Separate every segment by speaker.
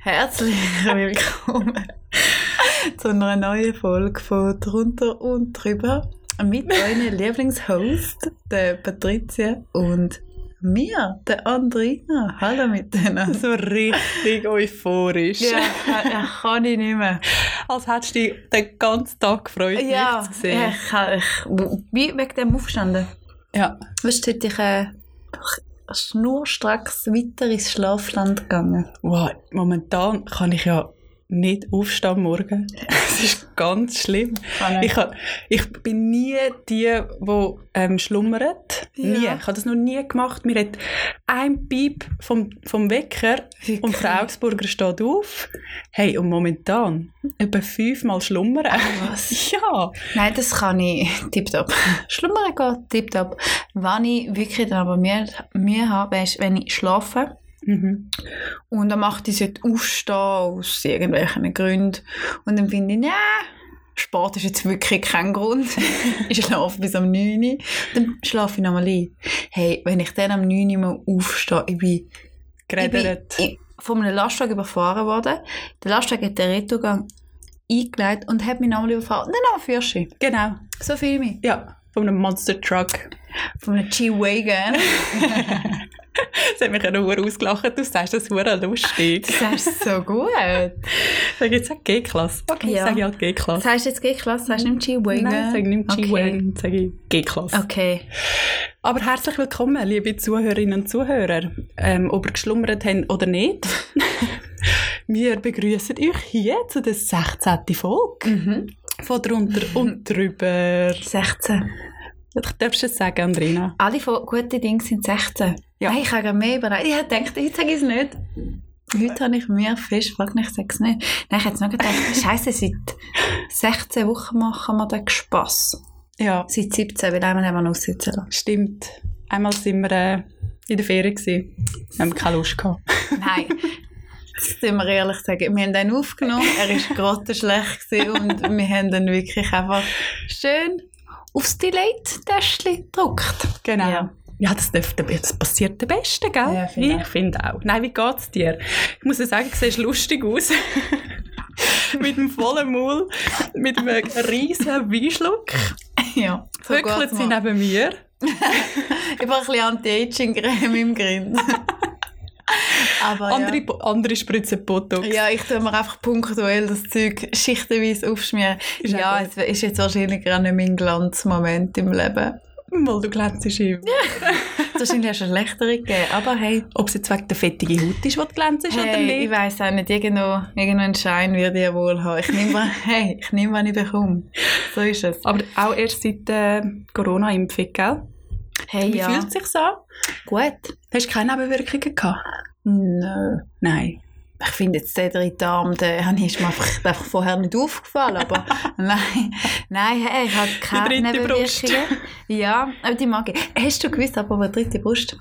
Speaker 1: Herzlich willkommen zu einer neuen Folge von Drunter und Drüber mit euren Lieblingshost, der Patricia und mir, der Andrina. Hallo miteinander.
Speaker 2: So richtig euphorisch.
Speaker 1: Ja, ja, kann ich nicht mehr.
Speaker 2: Als hättest du dich den ganzen Tag gefreut,
Speaker 1: Ja,
Speaker 2: mich zu
Speaker 1: ich,
Speaker 2: sehen.
Speaker 1: kann- ich bin wegen dem aufgestanden.
Speaker 2: Ja.
Speaker 1: Weißt du, heute ich äh, schnurstracks weiter ins Schlafland gegangen.
Speaker 2: Wow, momentan kann ich ja nicht aufstehen morgen. Das ist ganz schlimm. Ich, ha- ich bin nie die, die ähm, schlummert. Nie.
Speaker 1: Ja.
Speaker 2: Ich habe das noch nie gemacht. Mir hat ein Piep vom, vom Wecker
Speaker 1: Wirklich?
Speaker 2: und Frau Augsburger steht auf. Hey, und momentan etwa fünfmal schlummern.
Speaker 1: Was?
Speaker 2: Ja.
Speaker 1: Nein, das kann ich tipptopp. Schlummern geht tipptopp. Was ich wirklich dann aber mehr Mühe habe, ist, wenn ich schlafe
Speaker 2: Mhm.
Speaker 1: und dann macht ich sollte aufstehen aus irgendwelchen Gründen und dann finde ich, nein, Sport ist jetzt wirklich kein Grund. ich schlafe bis am 9 Uhr. Dann schlafe ich nochmal ein. Hey, wenn ich dann am 9 Uhr mal aufstehe, ich bin
Speaker 2: Geredet.
Speaker 1: ich bin ich, von einem Lastwagen überfahren worden. Der Lastwagen hat den Retougang eingeleitet und hat mich nochmal überfahren. Nein, aber Führerschein.
Speaker 2: Genau.
Speaker 1: So viel mich.
Speaker 2: Ja, von einem Monster Truck.
Speaker 1: Von einem G-Wagon.
Speaker 2: Das hat mich ja nur ausgelacht. Du sagst das hure lustig.
Speaker 1: Das ist so gut.
Speaker 2: Ich sage jetzt auch G-Klasse. Okay,
Speaker 1: Ja.
Speaker 2: ich sage ja G-Klasse.
Speaker 1: Das heißt jetzt G-Klasse, das heißt nicht G-Wagon.
Speaker 2: Nein, ich sage nicht
Speaker 1: Okay.
Speaker 2: G-Wagon, sage ich G-Klasse.
Speaker 1: Okay.
Speaker 2: Aber herzlich willkommen, liebe Zuhörerinnen und Zuhörer. Ähm, ob ihr geschlummert habt oder nicht, wir begrüßen euch hier zu der 16. Folge von «Drunter und drüber».
Speaker 1: 16.
Speaker 2: Ich darfst es sagen, Andrina.
Speaker 1: Alle von guten Dingen sind 16.
Speaker 2: Ja.
Speaker 1: Nein, ich habe gerade mehr überlegt. Ich habe gedacht, heute sage ich es nicht. Heute habe ich mir fest gefragt, ich sage es nicht. Nein, ich habe jetzt noch gedacht, Scheiße, seit 16 Wochen machen wir den Spass.
Speaker 2: Ja,
Speaker 1: Seit 17, weil einmal haben wir noch sitzen lassen.
Speaker 2: stimmt. Einmal sind wir äh, in der Ferien. gewesen. Wir haben keine Lust gehabt.
Speaker 1: Nein. Das müssen wir ehrlich sagen. Wir haben ihn aufgenommen, er war grottenschlecht gewesen und wir haben ihn wirklich einfach schön aufs Delete-Täschchen gedruckt.
Speaker 2: Genau.
Speaker 1: Ja.
Speaker 2: Ja. das, dürfte, das passiert am besten, gell?
Speaker 1: Ja, finde
Speaker 2: ich finde auch. Nein, wie geht's dir? Ich muss ja sagen, du siehst lustig aus. mit dem vollen Maul, mit einem riesen Weinschluck.
Speaker 1: Ja, so
Speaker 2: Höckelt
Speaker 1: geht's
Speaker 2: sie
Speaker 1: mir.
Speaker 2: neben mir.
Speaker 1: Ich brauche ein bisschen Anti-Aging-Creme im Grind. Aber
Speaker 2: Andere, Po- andere spritzen Botox.
Speaker 1: Ah, ja. ja, ich tue mir einfach punktuell das Zeug schichtenweise aufschmieren.
Speaker 2: Ist auch
Speaker 1: ja,
Speaker 2: gut.
Speaker 1: es ist jetzt wahrscheinlich gerade nicht mein Glanzmoment im Leben.
Speaker 2: Mal, du glänzest immer.
Speaker 1: Wahrscheinlich hast du eine schlechtere gegeben, aber hey.
Speaker 2: Ob es jetzt wegen der fettigen Haut ist, die du glänzest oder
Speaker 1: Hey, ich
Speaker 2: nicht.
Speaker 1: weiß auch nicht, irgendwo, irgendeinen Schein würde ich ja wohl haben. Ich nehme, was- hey, ich nehme, was ich bekomme. So ist es.
Speaker 2: Aber auch erst seit der Corona-Impfung, gell?
Speaker 1: Hey,
Speaker 2: Wie
Speaker 1: ja.
Speaker 2: fühlt es sich an?
Speaker 1: Gut.
Speaker 2: Hast du keine Nebenwirkungen gehabt?
Speaker 1: Nö.
Speaker 2: Nein.
Speaker 1: Ich finde jetzt den dritten Arm, der habe ich- ist mir einfach, einfach vorher nicht aufgefallen, aber nein, nein, hey, ich habe keine
Speaker 2: Die dritte Brust.
Speaker 1: Nebenwirkungen. Ja, aber die mag ich. Hast du gewusst, aber die dritte Brust,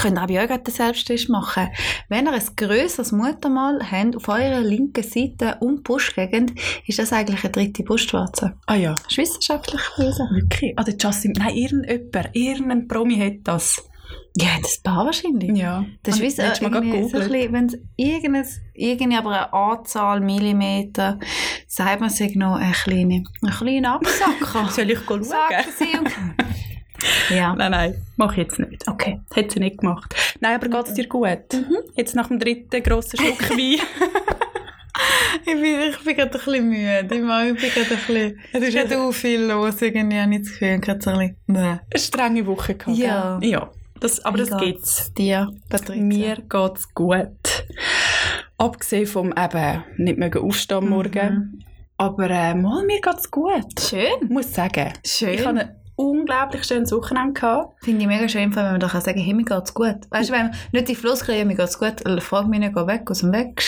Speaker 1: könnt ihr auch bei euch gerade den Selbsttest machen. Wenn ihr ein grösseres Muttermal habt, auf eurer linken Seite um die Brustgegend, ist das eigentlich eine dritte Brustwarze.
Speaker 2: Ah ja.
Speaker 1: Ist wissenschaftlich gewesen?
Speaker 2: Wirklich? Ah, der Justin, nein, irgendjemand, irgendein Promi hat das.
Speaker 1: Ja, das Paar wahrscheinlich.
Speaker 2: Ja.
Speaker 1: Das ist
Speaker 2: Hab ich
Speaker 1: wissen,
Speaker 2: letztes Mal
Speaker 1: irgendwie so ein
Speaker 2: gegoogelt.
Speaker 1: bisschen, wenn es irgendes- irgendeine, aber eine Anzahl Millimeter, sagt man sich noch ein kleiner, ein kleiner Absacker.
Speaker 2: Soll ich schauen?
Speaker 1: Sagt sie und... Ja.
Speaker 2: Nein, nein, mach ich jetzt nicht.
Speaker 1: Okay.
Speaker 2: Hat sie nicht gemacht. Nein, aber geht es dir gut?
Speaker 1: Mhm.
Speaker 2: Jetzt nach dem dritten grossen Schluck Wein.
Speaker 1: Ich bin, ich bin gerade ein bisschen müde. Ich meine, ich bin gerade ein bisschen... Es ist
Speaker 2: ja-
Speaker 1: gerade so viel los, irgendwie habe ich das Gefühl, gerade so ein bisschen... Nein.
Speaker 2: Eine strenge Woche gehabt.
Speaker 1: Ja.
Speaker 2: Gell? Ja. Das, aber
Speaker 1: Wie
Speaker 2: das
Speaker 1: geht's
Speaker 2: geht's.
Speaker 1: Dir, Patricia.
Speaker 2: Mir geht's gut. Abgesehen vom eben nicht mögen aufstehen morgen.
Speaker 1: Mhm.
Speaker 2: Aber äh, mal, mir geht's gut.
Speaker 1: Schön.
Speaker 2: Ich muss sagen,
Speaker 1: Schön.
Speaker 2: ich hatte ein unglaublich schönes Wochenende. Gehabt.
Speaker 1: Finde ich mega schön, vor allem, wenn man da kann sagen hey, mir geht's gut. Weißt du, wenn man nicht die Fluss kriegt, mir geht's gut, äh, frag mich nicht, geh weg aus dem Weg,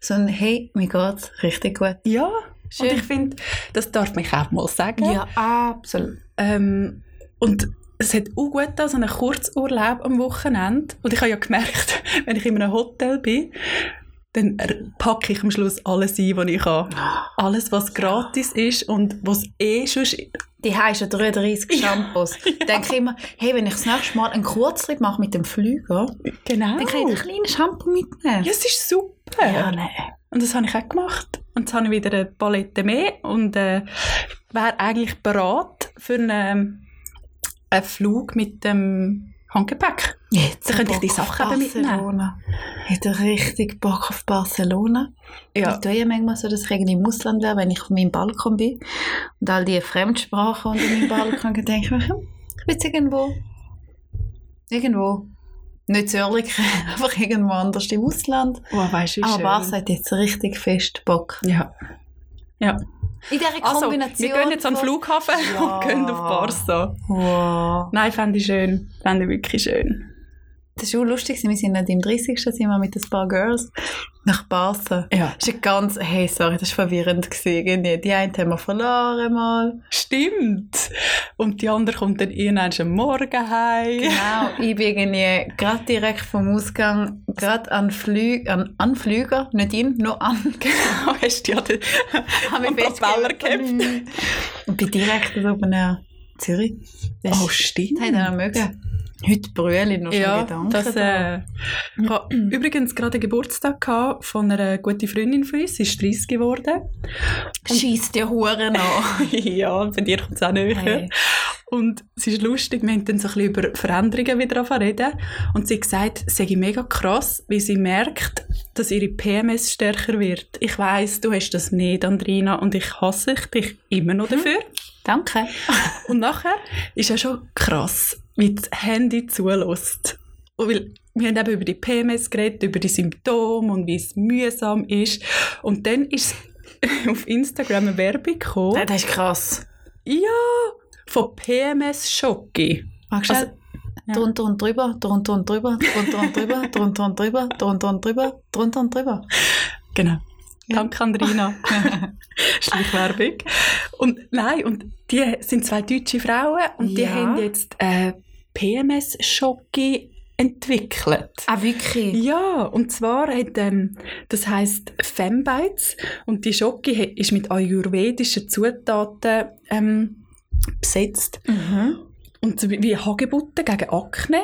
Speaker 1: sondern hey, mir geht's richtig gut.
Speaker 2: Ja.
Speaker 1: Schön.
Speaker 2: Und ich finde, das darf mich auch mal sagen.
Speaker 1: absolut.
Speaker 2: Ähm, und es hat auch gut getan, so einen Kurzurlaub am Wochenende. Und ich habe ja gemerkt, wenn ich in einem Hotel bin, dann r- packe ich am Schluss alles ein, was ich habe. Alles, was gratis ist und was eh schon
Speaker 1: Die haben schon 33 Shampoos. Denke ich immer, hey, wenn ich das nächste Mal einen Kurztrip mache mit dem Flüger,
Speaker 2: Genau.
Speaker 1: dann kann ich einen kleinen Shampoo mitnehmen.
Speaker 2: Oh. Ja, es ist super. skippen.
Speaker 1: Ja, nein.
Speaker 2: Und das habe ich auch gemacht. Und jetzt habe ich wieder eine Palette mehr und äh, wäre eigentlich bereit für einen, ähm, einen Flug mit dem Handgepäck.
Speaker 1: Jetzt
Speaker 2: Dann könnte ich die
Speaker 1: Bock auf
Speaker 2: Sachen eben mitnehmen.
Speaker 1: Barcelona. Hätte richtig Bock auf Barcelona. Ich tue ja manchmal so, dass ich irgendwie im Ausland wäre, wenn ich auf meinem Balkon bin und all die Fremdsprachen unter meinem Balkon dann denke ich mir, hm, ich will jetzt irgendwo, irgendwo, nicht Zürich, einfach irgendwo anders im Ausland.
Speaker 2: Oh, weißt du, wie
Speaker 1: Aber
Speaker 2: schön.
Speaker 1: Basel hat jetzt richtig fest Bock.
Speaker 2: Ja. ja.
Speaker 1: In dieser
Speaker 2: Also, wir
Speaker 1: Kombination
Speaker 2: gehen jetzt an den
Speaker 1: von-
Speaker 2: Flughafen
Speaker 1: Ja.
Speaker 2: und gehen auf Barca.
Speaker 1: Wow.
Speaker 2: Nein, fände ich schön. Fände ich wirklich schön.
Speaker 1: Das war auch lustig, wir sind nicht im 30. sind wir mit ein paar Girls nach Basel.
Speaker 2: Ja.
Speaker 1: Das ist ganz, hey, sorry, das war verwirrend. gewesen, irgendwie. Die einen haben wir verloren mal.
Speaker 2: Stimmt. Und die andere kommt dann irgendwann am Morgen heim.
Speaker 1: Genau, ich bin irgendwie gerade direkt vom Ausgang, gerade an, Flü an, an Flüger, nicht in, nur an.
Speaker 2: Genau. Hast du ja den
Speaker 1: Habe
Speaker 2: Und Propeller
Speaker 1: Und bin direkt so oben nach Zürich. Das
Speaker 2: Oh,
Speaker 1: ist-
Speaker 2: stimmt.
Speaker 1: das hätte ich noch mögen. Heute brülle ich noch schon
Speaker 2: ja,
Speaker 1: Gedanken.
Speaker 2: das,
Speaker 1: da.
Speaker 2: äh, ich habe übrigens gerade einen Geburtstag gehabt von einer guten Freundin von uns. Sie ist 30 geworden.
Speaker 1: Schießt die Huren an.
Speaker 2: ja, bei dir kommt es auch näher.
Speaker 1: Hey.
Speaker 2: Und es ist lustig, wir haben dann so ein bisschen über Veränderungen wieder angefangen zu reden. Und sie hat gesagt, es sei mega krass, wie sie merkt, dass ihre PMS stärker wird. Ich weiss, du hast das nicht, Andrina, und ich hasse dich immer noch dafür.
Speaker 1: Danke.
Speaker 2: Und nachher ist ja schon krass, wie das Handy zulässt. Und weil wir haben eben über die PMS geredet, über die Symptome und wie es mühsam ist. Und dann ist auf Instagram eine Werbung gekommen.
Speaker 1: Das ist krass.
Speaker 2: Ja, von PMS Schocke.
Speaker 1: Magst du
Speaker 2: Also-
Speaker 1: das? Drunter und drüber, drunter und drüber, drunter und drüber, drunter und drüber, drunter und drüber, drunter und drüber.
Speaker 2: Genau.
Speaker 1: Ja.
Speaker 2: Danke, Andrina. Schleichwerbung. Und nein, und die sind zwei deutsche Frauen und die
Speaker 1: Ja.
Speaker 2: haben jetzt äh, PMS Schocke entwickelt.
Speaker 1: Ah, wirklich?
Speaker 2: Ja, und zwar hat, ähm, das heißt Fembites und die Schocke he- ist mit ayurvedischen Zutaten ähm, besetzt.
Speaker 1: Mhm.
Speaker 2: Und so wie wie Hagebutten gegen Akne,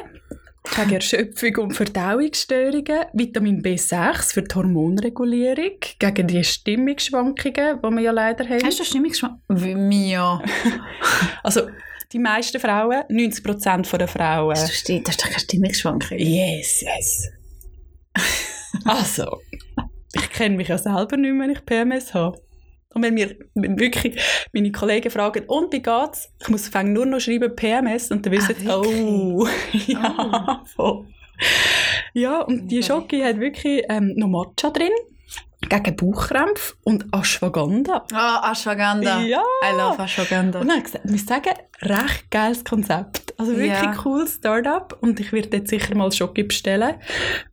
Speaker 2: gegen Erschöpfung und Verdauungsstörungen, Vitamin B6 für die Hormonregulierung, gegen die Stimmungsschwankungen, die wir ja leider haben.
Speaker 1: Hast du Stimmung geschmeckt? Wie mir.
Speaker 2: Also die meisten Frauen, 90% der Frauen.
Speaker 1: Das ist doch keine Stimmungsschwankung.
Speaker 2: Yes, yes. also, ich kenne mich ja selber nicht mehr, wenn ich PMS habe. Und wenn mir wenn wirklich meine Kollegen fragen, und wie geht's? Ich muss fang nur noch schreiben PMS und dann wissen sie,
Speaker 1: Ah, wirklich? Oh.
Speaker 2: oh, ja, voll. Ja, und die
Speaker 1: Okay.
Speaker 2: Schoki hat wirklich ähm, noch Matcha drin, gegen Bauchkrämpfe und Ashwagandha.
Speaker 1: Ah, Ashwagandha.
Speaker 2: Ja!
Speaker 1: I love Ashwagandha.
Speaker 2: Und dann habe ich gesagt, ich muss sagen, recht geiles Konzept. Also wirklich
Speaker 1: Ja.
Speaker 2: cooles Startup und ich werde jetzt sicher mal Schoki bestellen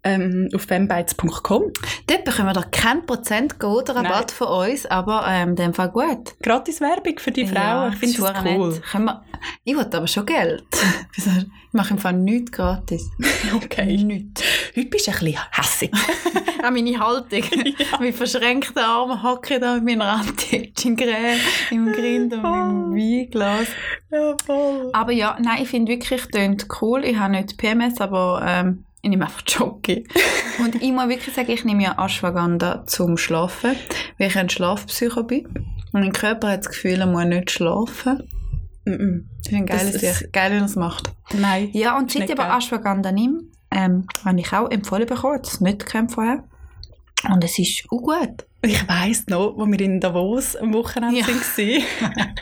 Speaker 2: ähm, auf fembites.com.
Speaker 1: Dort bekommen wir keinen Prozentcode Rabatt von uns, aber ähm, in dem Fall gut.
Speaker 2: Gratis Werbung für die Frauen, ich finde das
Speaker 1: hure
Speaker 2: cool.
Speaker 1: nett. Können wir, ich wollte aber schon Geld. Wieso? ich mache im Fall nichts gratis.
Speaker 2: Okay.
Speaker 1: Nichts.
Speaker 2: Heute bist du ein bisschen hässig.
Speaker 1: Auch meine Haltung. Mit verschränkten Armen hocke ich da mit meiner Anti-Aging-Creme im Grind und
Speaker 2: Oh.
Speaker 1: meinem Weinglas.
Speaker 2: ja, voll.
Speaker 1: Aber ja, nein, ich finde wirklich, tönt cool. Ich habe nicht PMS, aber ähm, ich nehme einfach Jockey. Und ich muss wirklich sagen, ich nehme ja Ashwagandha zum Schlafen, weil ich ein Schlafpsycho bin. Und mein Körper hat das Gefühl, er muss nicht schlafen. Ich finde geil,
Speaker 2: Das
Speaker 1: dass
Speaker 2: ist-
Speaker 1: ich- geil, wenn er es macht.
Speaker 2: Nein.
Speaker 1: Ja, und seit
Speaker 2: Nicht
Speaker 1: ich aber
Speaker 2: geil.
Speaker 1: Ashwagandha nehme, ähm, habe ich auch empfohlen bekommen, das nicht gekannt vorher. Und es ist auch gut.
Speaker 2: Ich weiss noch, als wir in Davos am Wochenende
Speaker 1: Ja.
Speaker 2: waren.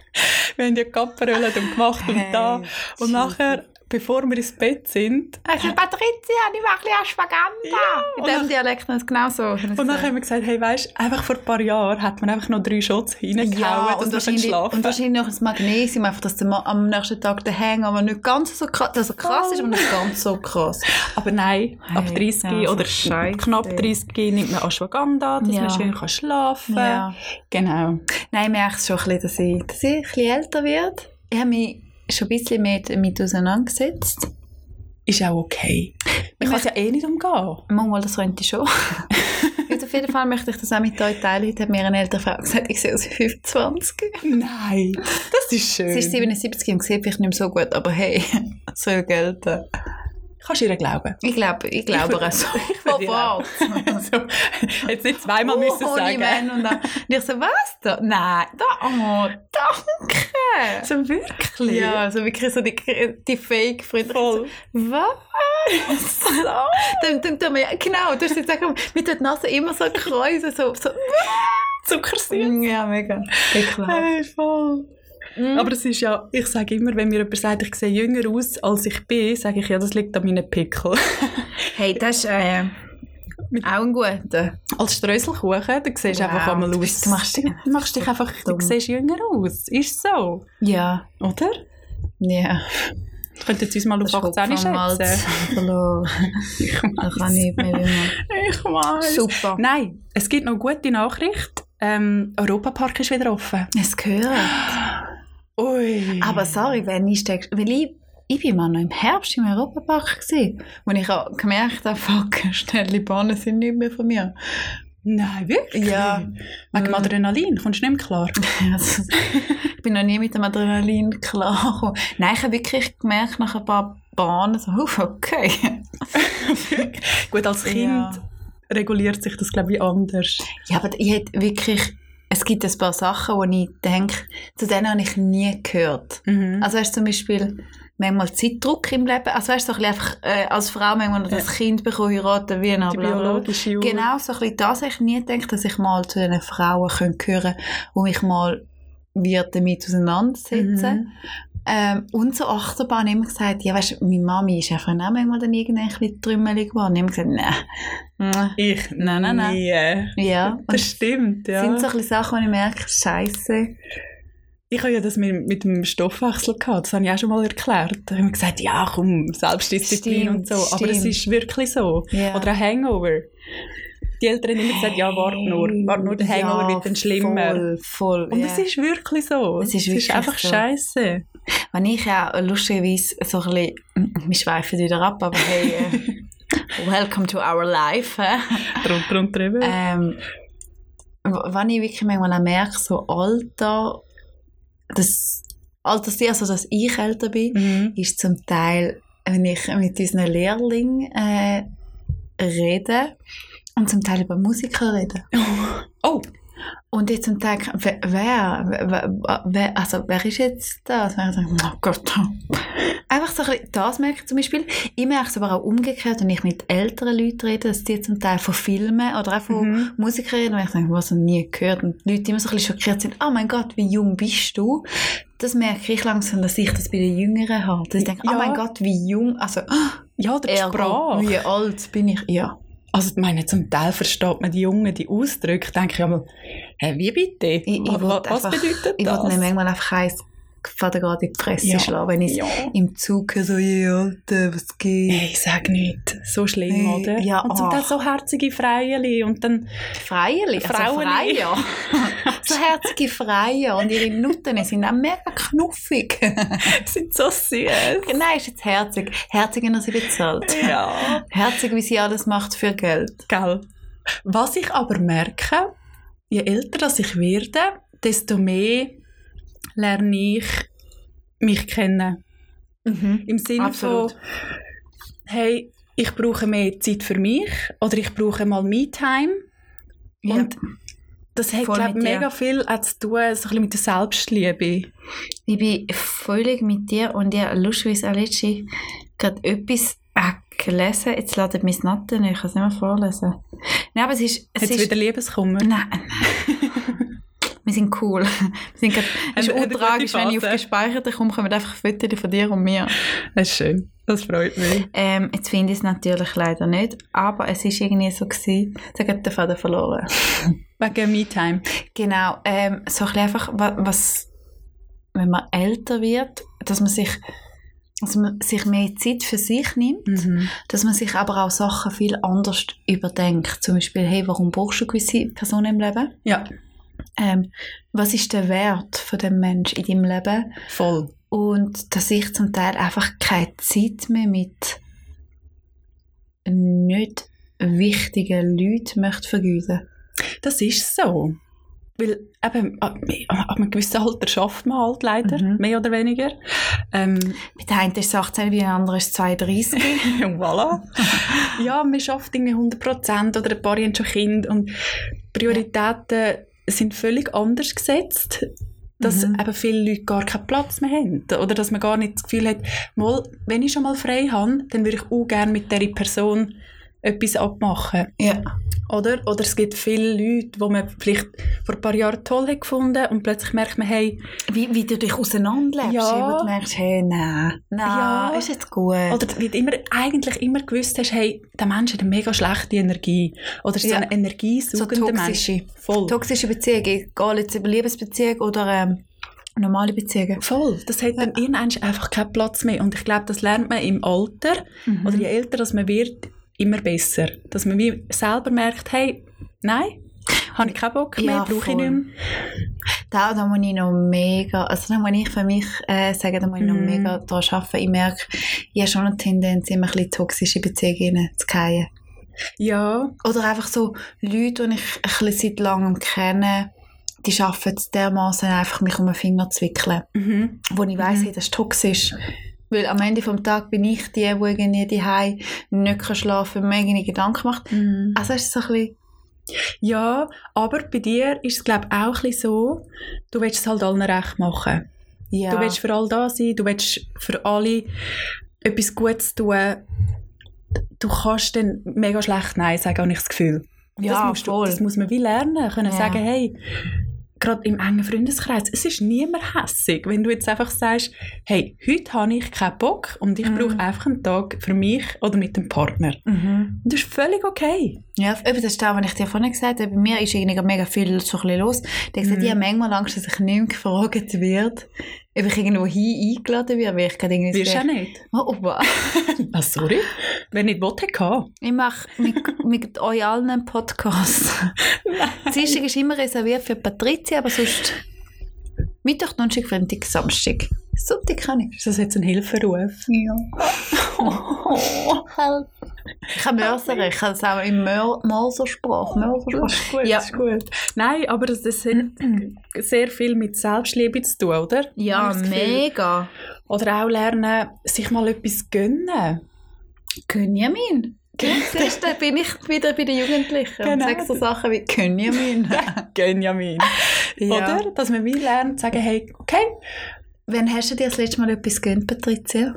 Speaker 2: wir haben ja Kapperölet und gemacht und da. Und nachher, bevor wir ins Bett sind,
Speaker 1: Ich sage, Also, Patricia, ich mache ein bisschen Ashwagandha.
Speaker 2: Ja,
Speaker 1: In
Speaker 2: und
Speaker 1: diesem
Speaker 2: nach-
Speaker 1: Dialekt ist es genau so.
Speaker 2: Und dann haben wir gesagt, hey, weißt einfach vor ein paar Jahren hat man einfach noch drei nou Shots reingehauen, dass wir können schlafen
Speaker 1: und wahrscheinlich noch das Magnesium, einfach, dass der Ma- am nächsten Tag der Hang aber nicht ganz so krass, dass er krass ist, aber nicht ganz so krass.
Speaker 2: Aber nein,
Speaker 1: Hey,
Speaker 2: ab 30
Speaker 1: ja, so
Speaker 2: oder
Speaker 1: Scheiße.
Speaker 2: knapp 30 nimmt man Ashwagandha, dass
Speaker 1: Ja.
Speaker 2: man schön kann schlafen kann.
Speaker 1: Ja.
Speaker 2: Genau.
Speaker 1: Nein, ich merke es schon ein bisschen, dass ich, dass ich ein bisschen älter werde. Ich habe mich schon ein bisschen mehr damit auseinandergesetzt.
Speaker 2: Ist auch okay. Man kann es ja eh nicht umgehen.
Speaker 1: Manchmal, das könnte ich schon. Jetzt auf jeden Fall möchte ich das auch mit euch teilen. Heute hat mir eine ältere Frau gesagt, ich sehe aus wie 25.
Speaker 2: Nein, das ist schön.
Speaker 1: Sie ist 77 und sieht vielleicht nicht mehr so gut, aber hey, es soll gelten.
Speaker 2: Ich Kannst du ihr glauben?
Speaker 1: Ich glaube, ich glaube es.
Speaker 2: würd
Speaker 1: Oh,
Speaker 2: ihr auch. so, jetzt nicht zweimal müssen sagen.
Speaker 1: Mann Oh, und, dann, und ich so, was da? Nein, da, oh, danke.
Speaker 2: So wirklich?
Speaker 1: Ja, also wirklich so die, die Fake-Freunde.
Speaker 2: Voll.
Speaker 1: Was? dann, dann tun wir, ja, genau, du hast jetzt gesagt, mit der Nase immer so kreuzen, so, so,
Speaker 2: Zuckersüß.
Speaker 1: ja, mega, ekelhaft.
Speaker 2: Hey, voll. Mhm.
Speaker 1: Mhm.
Speaker 2: Aber es ist ja, ich sage immer, wenn mir jemand sagt, ich sehe jünger aus, als ich bin, sage ich, ja, das liegt an meinen Pickeln.
Speaker 1: Hey, das ist äh, auch ein guter.
Speaker 2: Als Strösselkuchen, du siehst
Speaker 1: Wow,
Speaker 2: einfach einmal
Speaker 1: du
Speaker 2: aus.
Speaker 1: bist- du machst dich-
Speaker 2: du machst dich einfach,
Speaker 1: dumm.
Speaker 2: du siehst jünger aus. Ist so,
Speaker 1: Ja,
Speaker 2: oder?
Speaker 1: ja.
Speaker 2: Könnt ihr uns mal auf 18 schätzen?
Speaker 1: verloren.
Speaker 2: Ich
Speaker 1: Da kann ich nicht mehr wimmern.
Speaker 2: Ich weiß.
Speaker 1: Super.
Speaker 2: Nein, es gibt noch gute Nachricht. Ähm, Europapark ist wieder offen.
Speaker 1: Es gehört.
Speaker 2: Ui.
Speaker 1: Aber sorry, wenn ich steck, weil ich, ich bin mal noch im Herbst im Europapark gewesen, wo ich auch gemerkt habe, fuck, schnelle Bahnen sind nicht mehr von mir.
Speaker 2: Nein, wirklich?
Speaker 1: Ja.
Speaker 2: Wegen dem
Speaker 1: Mm.
Speaker 2: Adrenalin kommst du nicht mehr klar.
Speaker 1: Also, ich bin noch nie mit dem Adrenalin klar. Nein, ich habe wirklich gemerkt, nach ein paar Bahnen, so, uff, okay.
Speaker 2: Gut, als Kind
Speaker 1: Ja.
Speaker 2: reguliert sich das, glaube ich, anders.
Speaker 1: Ja, aber ich hätte wirklich, es gibt ein paar Sachen, wo ich denke, zu denen habe ich nie gehört.
Speaker 2: Mhm.
Speaker 1: Also weißt du, zum Beispiel manchmal Zeitdruck im Leben. Also weißt du, so ein bisschen einfach äh, als Frau manchmal noch das Kind bekommen, heiraten, wie ein
Speaker 2: die
Speaker 1: bla, bla, bla.
Speaker 2: biologische Uhr.
Speaker 1: Genau, so ein bisschen das. Ich nie gedacht, dass ich mal zu diesen Frauen könnte hören wo mich mal wird damit auseinandersetzen.
Speaker 2: Mhm.
Speaker 1: Ähm, und so Achterbahn immer gesagt, ja weißt du, meine Mami ist einfach auch manchmal dann irgendwann ein bisschen trümmelig geworden. Ich habe gesagt, nein.
Speaker 2: Ich?
Speaker 1: Nein, nein, nein.
Speaker 2: Nie.
Speaker 1: Ja, und
Speaker 2: Das stimmt, ja.
Speaker 1: das sind so ein bisschen Sachen, wo ich merke, scheiße.
Speaker 2: Ich habe ja das mit, mit dem Stoffwechsel gehabt, das habe ich auch schon mal erklärt. Da haben wir gesagt, ja komm, Selbstdisziplin
Speaker 1: Stimmt,
Speaker 2: und so. Aber es
Speaker 1: stimmt.
Speaker 2: ist wirklich so.
Speaker 1: Ja.
Speaker 2: Oder ein Hangover. Die Eltern haben immer gesagt, ja warte nur, warte nur, der Hangover
Speaker 1: Ja,
Speaker 2: wird dann schlimmer.
Speaker 1: Voll, voll.
Speaker 2: Und
Speaker 1: ja.
Speaker 2: es ist wirklich so.
Speaker 1: Es ist wirklich
Speaker 2: einfach
Speaker 1: so.
Speaker 2: scheiße.
Speaker 1: Wenn ich auch äh, lustigerweise so ein bisschen, wir schweifen wieder ab, aber hey, äh, welcome to our life. hä?
Speaker 2: Drunter und drüber.
Speaker 1: Ähm, w- wenn ich wirklich manchmal auch merke, so Alter, das Alter, also dass ich älter bin,
Speaker 2: Mhm.
Speaker 1: ist zum Teil, wenn ich mit unseren Lehrlingen äh, rede und zum Teil über Musiker rede.
Speaker 2: Oh,
Speaker 1: Und jetzt zum Tag, wer, wer, wer- wer, also wer ist jetzt das? Und ich sage, oh Gott. Einfach so ein bisschen, das merke ich zum Beispiel. Ich merke es aber auch umgekehrt, wenn ich mit älteren Leuten rede, dass die zum Teil von Filmen oder auch von
Speaker 2: Mhm.
Speaker 1: Musikern reden, und ich sage, was noch nie gehört. Und die Leute immer so ein bisschen schockiert sind, oh mein Gott, wie jung bist du? Das merke ich langsam, dass ich das bei den Jüngeren habe. Dass ich denke,
Speaker 2: Ja.
Speaker 1: oh mein Gott, wie jung, also, oh,
Speaker 2: ja, der
Speaker 1: ergo,
Speaker 2: Sprache.
Speaker 1: wie alt bin ich? Ja.
Speaker 2: Also ich meine, zum Teil versteht man die Jungen, die Ausdrücke, denke ich einmal, hey, wie bitte?
Speaker 1: Ich, ich
Speaker 2: Aber
Speaker 1: wollt
Speaker 2: was
Speaker 1: einfach,
Speaker 2: bedeutet
Speaker 1: Ich
Speaker 2: das?
Speaker 1: wollte nicht manchmal einfach heiß Vater gerade in die Fresse
Speaker 2: Ja.
Speaker 1: schlagen, wenn ich
Speaker 2: Ja.
Speaker 1: im Zug also höre, so, hey, Alter, was geht?
Speaker 2: Hey, sag nicht. So schlimm,
Speaker 1: Hey,
Speaker 2: oder?
Speaker 1: Äh, ja,
Speaker 2: und zum Teil
Speaker 1: ach.
Speaker 2: so herzige Freieli und dann
Speaker 1: Freierli, also
Speaker 2: Frauenli.
Speaker 1: Freier. so herzige Freier und ihre Nutten sind auch mega knuffig.
Speaker 2: sind so süß.
Speaker 1: Nein, Genau, ist jetzt herzig. Herziger, als sie bezahlt.
Speaker 2: Ja.
Speaker 1: Herzig, wie sie alles macht für Geld.
Speaker 2: Gell. Was ich aber merke, je älter das ich werde, desto mehr lerne ich mich kennen.
Speaker 1: Mhm.
Speaker 2: Im Sinne
Speaker 1: Absolut.
Speaker 2: von, hey, ich brauche mehr Zeit für mich oder ich brauche mal Me-Time.
Speaker 1: Ja.
Speaker 2: Und das hat,
Speaker 1: Voll
Speaker 2: glaube ich,
Speaker 1: mit dir.
Speaker 2: mega viel auch zu tun, so ein bisschen mit der Selbstliebe.
Speaker 1: Ich bin völlig mit dir und ich habe lustigerweise auch letztens gerade etwas äh, gelesen. Jetzt ladet mich das Natten nicht, ich kann es nicht mehr vorlesen. Nein, aber es ist... Es
Speaker 2: Jetzt
Speaker 1: ist
Speaker 2: wieder Liebeskummer.
Speaker 1: Nein. Wir sind cool. Wir sind grad, es ist
Speaker 2: Haben- haben
Speaker 1: untragisch,
Speaker 2: eine
Speaker 1: wenn ich
Speaker 2: gute
Speaker 1: auf gespeicherte komme, kommen einfach Fotos von dir und mir.
Speaker 2: Das ist schön. Das freut mich.
Speaker 1: Ähm, jetzt finde ich es natürlich leider nicht, aber es ist irgendwie so gewesen, da hat der Faden verloren.
Speaker 2: Wegen Me-Time.
Speaker 1: Genau, ähm, so ein bisschen einfach, wa- was, wenn man älter wird, dass man sich, dass man sich mehr Zeit für sich nimmt,
Speaker 2: Mhm.
Speaker 1: dass man sich aber auch Sachen viel anders überdenkt. Zum Beispiel, hey, warum brauchst du gewisse Personen im Leben?
Speaker 2: Ja,
Speaker 1: ähm, was ist der Wert von dem Mensch in deinem Leben
Speaker 2: voll.
Speaker 1: und dass ich zum Teil einfach keine Zeit mehr mit nicht wichtigen Leuten möchte vergeuden.
Speaker 2: Das ist so. Weil eben, ab ab einem gewissen Alter schafft man halt leider,
Speaker 1: Mhm.
Speaker 2: mehr oder weniger. Ähm,
Speaker 1: Bei der einen ist es 18, bei der anderen ist es 32.
Speaker 2: voilà. ja, man schafft irgendwie 100 Prozent oder ein paar haben schon Kind und Prioritäten sind völlig anders gesetzt, dass
Speaker 1: Mhm.
Speaker 2: eben viele Leute gar keinen Platz mehr haben oder dass man gar nicht das Gefühl hat, mal, wenn ich schon mal frei habe, dann würde ich auch gerne mit dieser Person etwas abmachen.
Speaker 1: ja.
Speaker 2: Oder? Oder es gibt viele Leute, die man vielleicht vor ein paar Jahren toll hat gefunden und plötzlich merkt man, hey,
Speaker 1: Wie, wie du dich auseinanderlebst,
Speaker 2: Ja.
Speaker 1: wo du merkst, hey, nein, nein,
Speaker 2: Ja.
Speaker 1: ist jetzt gut.
Speaker 2: Oder wie du immer, eigentlich immer gewusst hast, hey, der Mensch hat eine mega schlechte Energie. Oder ist so
Speaker 1: Ja.
Speaker 2: ein energiesaugender
Speaker 1: So
Speaker 2: Mensch.
Speaker 1: toxische.
Speaker 2: Voll.
Speaker 1: Toxische Beziehungen, egal jetzt über Liebesbeziehung oder ähm, normale Beziehungen.
Speaker 2: Voll. Das hat dann irgendwann einfach keinen Platz mehr. Und ich glaube, das lernt man im Alter.
Speaker 1: Mhm.
Speaker 2: Oder je älter das man wird, immer besser. Dass man wie selber merkt, hey, nein, habe ich keinen Bock mehr,
Speaker 1: Ja,
Speaker 2: brauche
Speaker 1: voll.
Speaker 2: ich nicht mehr.
Speaker 1: Da, da muss ich noch mega, also da muss ich für mich äh, sagen, da muss ich noch
Speaker 2: Mhm.
Speaker 1: mega daran arbeiten. Ich merke, ich habe schon eine Tendenz, immer ein bisschen in toxische Beziehungen zu fallen.
Speaker 2: Ja,
Speaker 1: Oder einfach so Leute, die ich ein bisschen seit langem kenne, die schaffen es dermaßen einfach, mich um den Finger zu wickeln.
Speaker 2: mhm.
Speaker 1: wo ich weiss,
Speaker 2: Mhm.
Speaker 1: hey, das ist toxisch. Weil am Ende des Tages bin ich die, die irgendwie daheim nicht kann schlafen kann, mir eigene Gedanken macht. Also ist es so ein bisschen,
Speaker 2: ja, aber bei dir ist es, glaube ich, auch ein bisschen so, du willst es halt allen recht machen.
Speaker 1: ja.
Speaker 2: Du willst für all da sein, du willst für alle etwas Gutes tun. Du kannst dann mega schlecht Nein sagen, habe ich das Gefühl. Und das,
Speaker 1: Ja,
Speaker 2: musst du,
Speaker 1: voll.
Speaker 2: das muss man wie lernen, können
Speaker 1: Ja.
Speaker 2: sagen, hey, gerade im engen Freundeskreis, es ist niemand hässig, wenn du jetzt einfach sagst, hey, heute habe ich keinen Bock und ich
Speaker 1: Mhm.
Speaker 2: brauche einfach einen Tag für mich oder mit dem Partner.
Speaker 1: Mhm.
Speaker 2: Das ist völlig okay.
Speaker 1: Ja, eben, das ist das, was ich dir vorhin gesagt habe. Bei mir ist irgendwie mega viel so ein bisschen los. Die hat gesagt,
Speaker 2: Mhm.
Speaker 1: ich habe manchmal Angst, dass ich nicht mehr gefragt werde, ob ich irgendwo hin eingeladen werde, weil ich gerade irgendwie...
Speaker 2: Wirst du auch nicht.
Speaker 1: oh, oh, wow.
Speaker 2: Ah, sorry. Wenn nicht wollte, kann.
Speaker 1: Ich mache mit, mit euch allen einen Podcast. Dienstag ist immer reserviert für Patricia, aber sonst Mittwoch, Donnerstag, Freitag, Samstag. Sonntag kann ich.
Speaker 2: Ist das jetzt ein Hilferuf?
Speaker 1: Ja. Ich kann Mörser, ich kann es auch in Mör Mörsersprache. Mörsersprache.
Speaker 2: ist gut,
Speaker 1: Ja.
Speaker 2: ist gut. Nein, aber das, das hat sehr viel mit Selbstliebe zu tun, oder? Habe
Speaker 1: Ja,
Speaker 2: ich das Gefühl.
Speaker 1: mega.
Speaker 2: Oder auch lernen, sich mal etwas gönnen.
Speaker 1: Könjamin. Siehst du, da bin ich wieder bei den Jugendlichen und
Speaker 2: Genau.
Speaker 1: sage so Sachen wie Könjamin.
Speaker 2: Gönjamin. Oder? Dass man wie lernt, zu sagen, hey, okay,
Speaker 1: Wann hast du dir das letzte Mal etwas gegönnt, Patricia?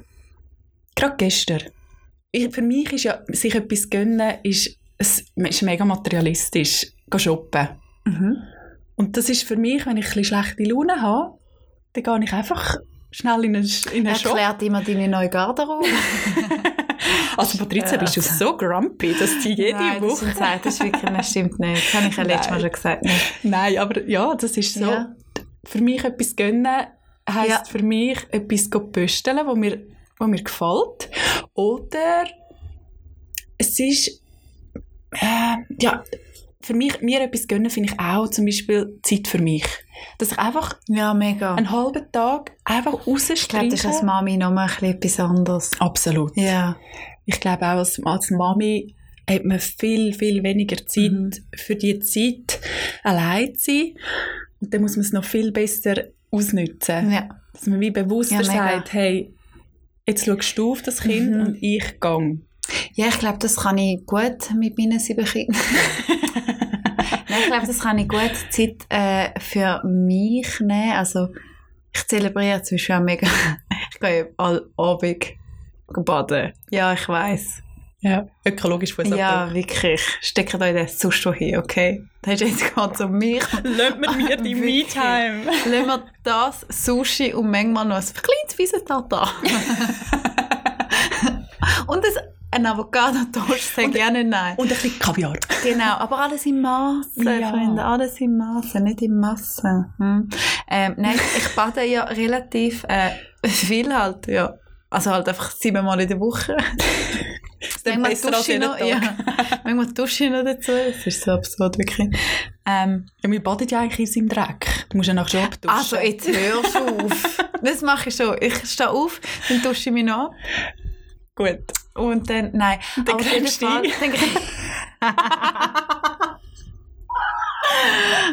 Speaker 2: gerade gestern. Ich, für mich ist ja, sich etwas gönnen, ist, es ist mega materialistisch. Gehen shoppen. Mhm. Und das ist für mich, wenn ich ein bisschen schlechte Laune habe, dann gehe ich einfach schnell in einen, in einen Shop.
Speaker 1: Erklärt immer deine neue Garderobe.
Speaker 2: Also Patrizia, bist du so grumpy, dass die jede
Speaker 1: Nein, das
Speaker 2: Woche...
Speaker 1: ist, nein, das ist wirklich, das stimmt nicht. Das habe ich ja letztes Mal
Speaker 2: Nein.
Speaker 1: schon gesagt. Nicht.
Speaker 2: Nein, aber ja, das ist so.
Speaker 1: Ja.
Speaker 2: Für mich etwas gönnen heisst
Speaker 1: Ja.
Speaker 2: für mich etwas go bestellen, wo mir, wo mir gefällt. Oder es ist, äh, ja, für mich, mir etwas gönnen finde ich auch zum Beispiel Zeit für mich. Dass ich einfach
Speaker 1: Ja, mega.
Speaker 2: einen halben Tag einfach
Speaker 1: Ah. Ich glaube, das ist als
Speaker 2: rausstrecke.
Speaker 1: Mami nochmal ein bisschen etwas anderes.
Speaker 2: Absolut.
Speaker 1: Ja.
Speaker 2: Ich glaube auch als, als Mami hat man viel, viel weniger Zeit
Speaker 1: Mhm.
Speaker 2: für die Zeit allein zu sein. Und dann muss man es noch viel besser ausnutzen.
Speaker 1: ja.
Speaker 2: Dass man wie bewusster
Speaker 1: Ja, mega.
Speaker 2: sagt, hey, jetzt schaust du auf das Kind
Speaker 1: Mhm.
Speaker 2: und ich gang.
Speaker 1: Ja, ich glaube, das kann ich gut mit meinen sieben Kindern. Nein, ich glaube, das kann ich gut Zeit äh, für mich nehmen. Also, ich zelebriere zum Beispiel auch mega. Ich gehe all Abend baden. Ja, ich weiß.
Speaker 2: Ja, ökologisch Fußabdruck.
Speaker 1: Ja, wirklich. Steckt euch das sonst wohin, okay? Das ist jetzt ganz um mich.
Speaker 2: Lass mir mir die
Speaker 1: Wirklich?
Speaker 2: Me-Time.
Speaker 1: Lassen wir das Sushi und manchmal noch ein kleines Wiesentata. und ein, ein Avocado-Toast, sehr gerne nein.
Speaker 2: Und ein bisschen Kaviar.
Speaker 1: Genau, aber alles in Massen,
Speaker 2: Ja.
Speaker 1: Freunde, alles in Massen, nicht in Massen. Hm. Ähm, nein, ich bade ja relativ äh, viel halt, ja. Also halt einfach siebenmal in der Woche.
Speaker 2: Ist dann
Speaker 1: Manchmal
Speaker 2: besser als
Speaker 1: dusche ich
Speaker 2: jeden
Speaker 1: noch,
Speaker 2: Tag.
Speaker 1: ja.
Speaker 2: Ja.
Speaker 1: Manchmal dusche ich noch dazu, das ist so absurd, wirklich. Ähm,
Speaker 2: wir baden ja eigentlich in seinem Dreck. Du musst ja nachher schon abduschen.
Speaker 1: also jetzt hörst du auf. Das mache ich schon. Ich stehe auf, dann dusche ich mich noch ab
Speaker 2: Gut.
Speaker 1: und dann, nein.
Speaker 2: dann
Speaker 1: auf jeden
Speaker 2: cremst du
Speaker 1: Fall-
Speaker 2: dich.
Speaker 1: dann crem-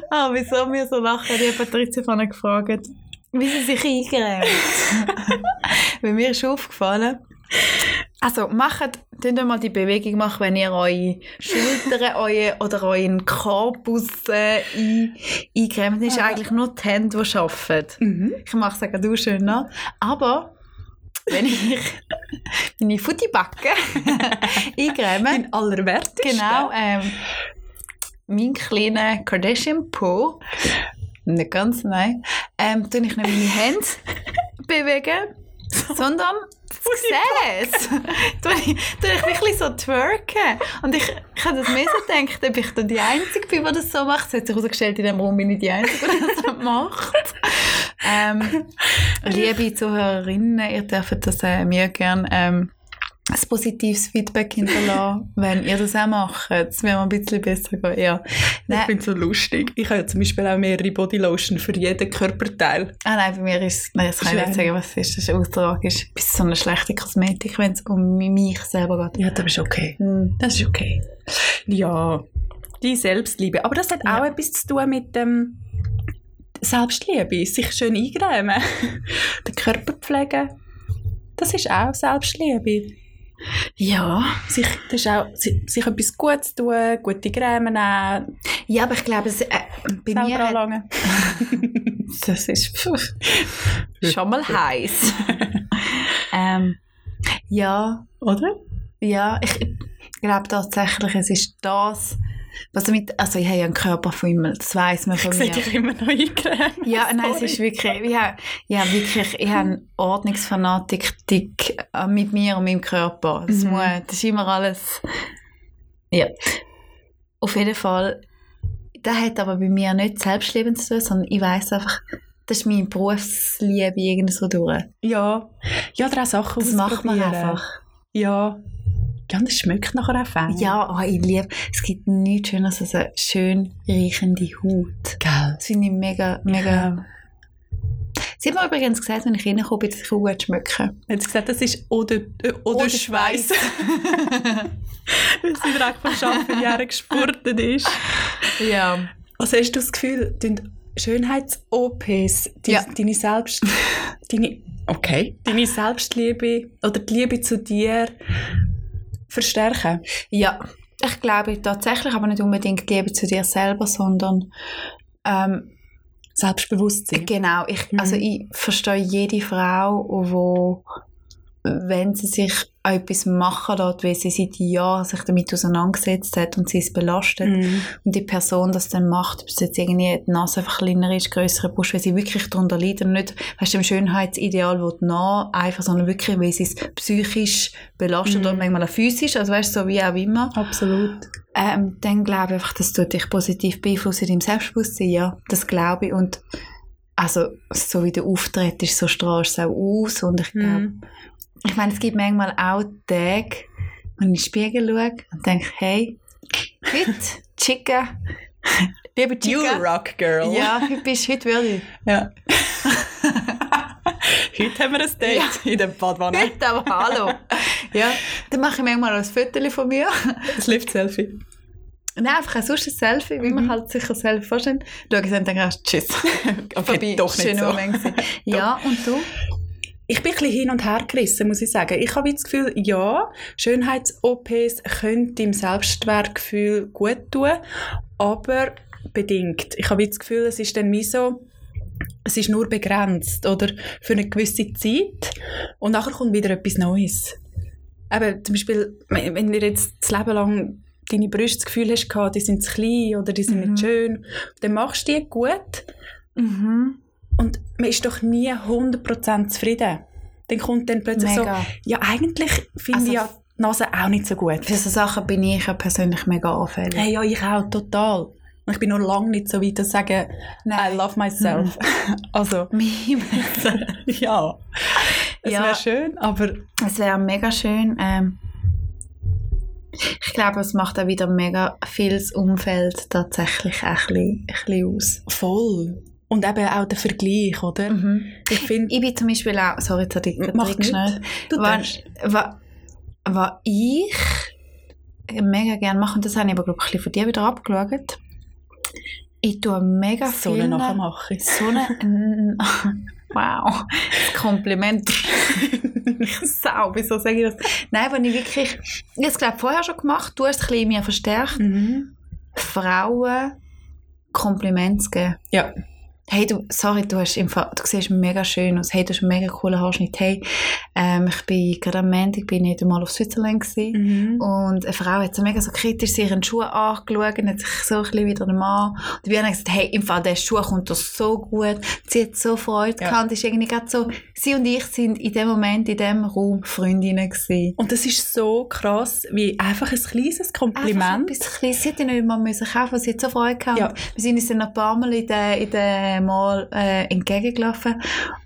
Speaker 1: Ah, wieso wir so lachen? Die hat Patricia vorhin gefragt, wie sie sich eingerämt. Weil mir ist aufgefallen, also macht, könnt ihr mal die Bewegung machen, wenn ihr eure Schultern eure, oder euren Korpus äh, ein, eingrämt. Dann ist eigentlich nur die Hände, die arbeiten.
Speaker 2: Mhm.
Speaker 1: Ich mache es gerade auch schön nach. Aber wenn ich meine Futtibacke eingräme,
Speaker 2: In aller Werte.
Speaker 1: Genau, ähm, mein kleiner Kardashian Po, nicht ganz nein, ähm, tue ich nicht meine Hände bewegen, sondern Gesäß. tue ich, tue ich wirklich so twerken. Und ich, ich habe das mehr so gedacht, ob ich da die Einzige bin, die das so macht. Es hat sich herausgestellt, in diesem Raum bin ich die Einzige, die das so macht. Ähm, liebe Zuhörerinnen, ihr dürft das äh, mir gerne ähm, ein positives Feedback hinterlassen, wenn ihr das auch macht. Es wird mir ein bisschen besser gehen. Ja.
Speaker 2: Ich
Speaker 1: Nein,
Speaker 2: finde es so lustig. Ich habe ja zum Beispiel auch mehrere Bodylotion für jeden Körperteil.
Speaker 1: ah, nein, bei mir ist nein, das kann ich nicht
Speaker 2: Schleim.
Speaker 1: sagen, was es ist. Das ist austragisch. Bis so eine schlechte Kosmetik, wenn es um mich selber geht.
Speaker 2: Ja, das ist okay.
Speaker 1: Hm.
Speaker 2: Das ist okay. Ja, die Selbstliebe. Aber das hat
Speaker 1: Ja.
Speaker 2: auch etwas zu tun mit dem Selbstliebe, sich schön eingrämen, den Körper pflegen. Das ist auch Selbstliebe.
Speaker 1: Ja.
Speaker 2: Sich, das ist auch, si- sich etwas Gutes tun, gute Grämen nehmen,
Speaker 1: Ja, aber ich glaube, es, äh, bei mir
Speaker 2: selber
Speaker 1: hat
Speaker 2: anlangen.
Speaker 1: Das ist pff, schon mal heiß. ähm, ja,
Speaker 2: Oder?
Speaker 1: ja, ich glaube tatsächlich, es ist das, was mit, also ich habe ja einen Körper von Himmel, das weiß man
Speaker 2: Ich
Speaker 1: von
Speaker 2: sehe
Speaker 1: mir.
Speaker 2: dich immer noch eingrämen.
Speaker 1: Ja, nein, es ist wirklich, ja, ja wirklich, ich habe eine Ordnungsfanatik dick äh, mit mir und meinem Körper. Das,
Speaker 2: Mhm.
Speaker 1: muss, das ist immer alles, ja. Auf jeden Fall, das hat aber bei mir nicht Selbstliebe zu tun, sondern ich weiß einfach, das ist meine Berufsliebe irgendwie so durch.
Speaker 2: Ja. Ja, oder auch Sachen
Speaker 1: Das macht man
Speaker 2: ausprobieren. Mhm.
Speaker 1: einfach.
Speaker 2: Ja. Ja, und es schmeckt nachher auch fein.
Speaker 1: Ja, oh, ich liebe, es gibt nichts Schöneres als eine schön riechende Haut.
Speaker 2: Gell.
Speaker 1: Das finde ich mega, mega... Sie hat mir übrigens gesagt, wenn ich reinkomme, dass ich auch gut schmecke.
Speaker 2: Hat sie gesagt, das ist oder, äh, oder,
Speaker 1: Oder
Speaker 2: Schweiß. Weil sie direkt vom Schaffen Jahren gespurtet ist.
Speaker 1: Ja.
Speaker 2: Also hast du das Gefühl, deine Schönheits-OPs, die,
Speaker 1: Ja.
Speaker 2: deine Selbst... deine, okay. Deine Selbstliebe oder die Liebe zu dir verstärken?
Speaker 1: Ja, ich glaube tatsächlich, aber nicht unbedingt die Liebe zu dir selber, sondern ähm,
Speaker 2: Selbstbewusstsein?
Speaker 1: genau, ich,
Speaker 2: Mhm.
Speaker 1: also ich verstehe jede Frau, wo wenn sie sich an etwas machen lässt, weil sie seit Jahren sich damit auseinandergesetzt hat und sie es belastet
Speaker 2: Mhm.
Speaker 1: und die Person das dann macht, ob es jetzt irgendwie die Nase einfach kleiner ist, größere Brust, weil sie wirklich darunter leidet und nicht, weißt du, dem Schönheitsideal, wo nah einfach, sondern wirklich, weil sie es psychisch belastet
Speaker 2: Mhm.
Speaker 1: oder manchmal auch physisch, also weißt du, so wie auch immer.
Speaker 2: Absolut.
Speaker 1: Ähm, dann glaube ich einfach, das tut dich positiv beeinflussen im Selbstbewusstsein, ja, das glaube ich und also, so wie der Auftritt ist, so strahlst du es auch aus und ich glaube,
Speaker 2: Mhm.
Speaker 1: ich meine, es gibt manchmal auch Tage, wo ich in den Spiegel schaue und denke, hey, heute, Chica, liebe
Speaker 2: You
Speaker 1: Chica,
Speaker 2: rock, girl.
Speaker 1: ja, heute bist heute würdig.
Speaker 2: Ja. Heute haben wir ein Date in der Badwanne.
Speaker 1: Heute aber hallo. ja, dann mache ich manchmal auch ein Foto von mir.
Speaker 2: Das Lift-Selfie.
Speaker 1: Nein, einfach ein sonst ein Selfie, wie man halt sich ein Selfie vorstellt. Schau es dann und denkst, tschüss. Vorbei.
Speaker 2: doch nicht
Speaker 1: Schöner
Speaker 2: so.
Speaker 1: Moment gewesen. ja, und du?
Speaker 2: Ich bin ein bisschen hin und her gerissen, muss ich sagen. Ich habe jetzt das Gefühl, ja, Schönheits-OPs können deinem Selbstwertgefühl gut tun, aber bedingt. Ich habe jetzt das Gefühl, es ist dann wie so, es ist nur begrenzt oder für eine gewisse Zeit und nachher kommt wieder etwas Neues. Eben, zum Beispiel, wenn wenn dir jetzt das Leben lang deine Brüste das Gefühl hast, gehabt, die sind zu klein oder die sind
Speaker 1: Mhm.
Speaker 2: nicht schön, dann machst du die gut
Speaker 1: Mhm.
Speaker 2: und man ist doch nie 100% zufrieden. Dann kommt dann plötzlich
Speaker 1: Mega.
Speaker 2: so, ja eigentlich finde
Speaker 1: Also-
Speaker 2: ich ja die Nase auch nicht so gut.
Speaker 1: Für so Sachen bin ich ja persönlich mega anfällig.
Speaker 2: Hey, ja, ich auch, total. Und ich bin noch lange nicht so weit, dass ich sage, I love myself.
Speaker 1: Hm.
Speaker 2: also,
Speaker 1: Meme.
Speaker 2: ja, es
Speaker 1: Ja.
Speaker 2: wäre schön, aber
Speaker 1: Es wäre mega schön. Ähm, ich glaube, es macht auch wieder mega vieles Umfeld tatsächlich auch ein bisschen, ein bisschen aus.
Speaker 2: voll. Und eben auch der Vergleich, oder? Ich finde,
Speaker 1: Hm. Ich bin zum Beispiel auch, sorry, jetzt habe ich dich
Speaker 2: Macht nichts.
Speaker 1: Mhm. schnell.
Speaker 2: du
Speaker 1: Was,
Speaker 2: darfst.
Speaker 1: was, was ich mega gerne mache, und das habe ich aber, glaube ich, ein bisschen von dir wieder abgeschaut, Ich tue mega
Speaker 2: so
Speaker 1: viel.
Speaker 2: eine nachher mache ich.
Speaker 1: So eine. wow. Das Kompliment. ich sau, wieso sage ich das? Nein, wenn ich wirklich. Ich habe es glaube vorher schon gemacht, du hast es ein bisschen in mir verstärkt.
Speaker 2: Mhm.
Speaker 1: Frauen Komplimente zu geben.
Speaker 2: Ja.
Speaker 1: Hey, du, sorry, du, hast im Fall, du siehst mega schön aus. Hey, du hast einen mega coolen Haarschnitt. Hey, ähm, ich bin gerade am Montag bin ich mal auf Switzerland gewesen.
Speaker 2: Mhm.
Speaker 1: Und eine Frau hat so mega so kritisch sich ihren Schuh angeschaut, und hat sich so ein bisschen wieder einen Mann. Und wir haben gesagt, hey, im Fall der Schuh kommt das so gut. Sie hat so Freude
Speaker 2: Ja.
Speaker 1: gehabt. Ist irgendwie grad so, sie und ich sind in dem Moment, in dem Raum Freundinnen gewesen.
Speaker 2: Und das ist so krass, wie einfach ein kleines
Speaker 1: Einfach
Speaker 2: Kompliment.
Speaker 1: etwas kleines. Sie hätte nicht mal müssen kaufen, sie hat so Freude gehabt.
Speaker 2: Ja.
Speaker 1: Wir sind uns dann noch ein paar Mal in den, in den Mall äh, entgegengelaufen.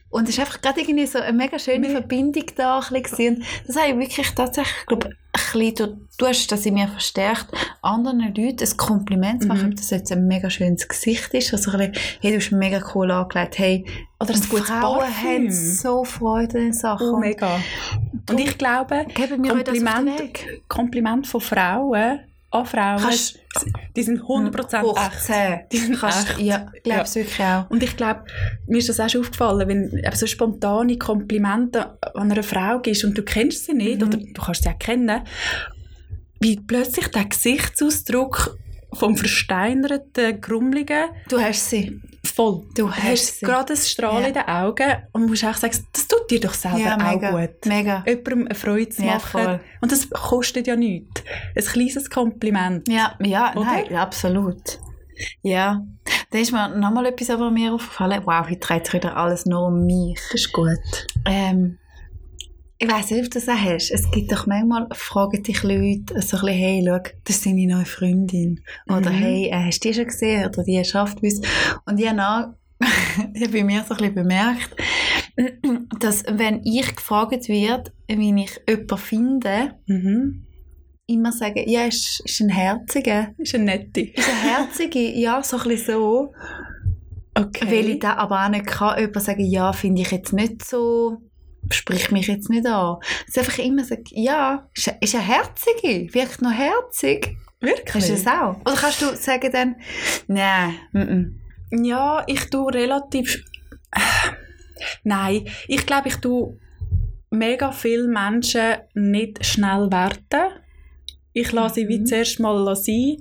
Speaker 1: Und es war einfach gerade irgendwie so eine mega schöne Verbindung da. Ein bisschen. gewesen. Und das habe ich wirklich tatsächlich, ich glaube, ein bisschen, du, du hast das in mir verstärkt, anderen Leuten ein Kompliment zu machen,
Speaker 2: Mhm.
Speaker 1: ob das jetzt ein mega schönes Gesicht ist. Also ein bisschen, hey, du bist mega cool angelegt. Hey,
Speaker 2: Oder ein
Speaker 1: und
Speaker 2: gutes
Speaker 1: Frauen
Speaker 2: Parfüm.
Speaker 1: haben so Freude an Sachen.
Speaker 2: Oh, mega. Und ich glaube,
Speaker 1: Geben wir euch das auf den
Speaker 2: Kompliment-
Speaker 1: Weg.
Speaker 2: Kompliment von Frauen an Frauen,
Speaker 1: Kannst- Hm,
Speaker 2: die sind 100% echt.
Speaker 1: 18.
Speaker 2: Die sind
Speaker 1: Kannst,
Speaker 2: echt.
Speaker 1: Ja, ich glaube es wirklich auch.
Speaker 2: Und ich glaube, mir ist das auch schon aufgefallen, wenn eben so spontane Komplimente an einer Frau gibst und du kennst sie nicht
Speaker 1: Mhm.
Speaker 2: oder du kannst sie auch kennen, wie plötzlich der Gesichtsausdruck vom versteinerten, grummeligen,
Speaker 1: Du hast sie.
Speaker 2: voll.
Speaker 1: Du
Speaker 2: Du
Speaker 1: hast,
Speaker 2: hast
Speaker 1: sie.
Speaker 2: gerade ein Strahlen
Speaker 1: Oh, Ja.
Speaker 2: in den Augen und musst auch sagen, das tut dir doch selber
Speaker 1: ja,
Speaker 2: auch
Speaker 1: mega.
Speaker 2: gut.
Speaker 1: Mega.
Speaker 2: Jemandem eine Freude zu
Speaker 1: Ja,
Speaker 2: machen.
Speaker 1: voll.
Speaker 2: und das kostet ja nichts. Ein kleines Kompliment.
Speaker 1: Ja, ja,
Speaker 2: Oder?
Speaker 1: nein, ja, absolut. Ja. Da ist mir nochmal etwas aber mir aufgefallen. Wow, heute dreht sich wieder alles nur um mich.
Speaker 2: Das ist gut.
Speaker 1: Ähm, ich weiß nicht, ob du das auch hast. Es gibt doch manchmal, fragen dich Leute so ein bisschen, hey, schau, das ist deine neue Freundin. Oder
Speaker 2: Mhm.
Speaker 1: hey, äh, hast du die schon gesehen? Oder die schafft was. Und ich habe auch- ich habe bei mir so ein bisschen bemerkt, dass wenn ich gefragt werde, wie ich jemanden finde,
Speaker 2: Mhm.
Speaker 1: immer sage, ja, ist, ist ein Herziger.
Speaker 2: Ist eine nette.
Speaker 1: Ist ein Herzige, ja, so ein bisschen so.
Speaker 2: Okay.
Speaker 1: Weil ich da aber auch nicht kann, jemand sagen, ja, finde ich jetzt nicht so, sprich mich jetzt nicht an. Es einfach immer sagen, ja, ist ein- ist ein Herzige, wirkt noch herzig.
Speaker 2: Wirklich?
Speaker 1: Kannst du das auch? Oder kannst du sagen dann, nein, mm
Speaker 2: Ja, ich tue relativ. Nein, ich glaube, ich tue mega viele Menschen nicht schnell werten. Ich lasse sie wie
Speaker 1: Mhm.
Speaker 2: zuerst mal sein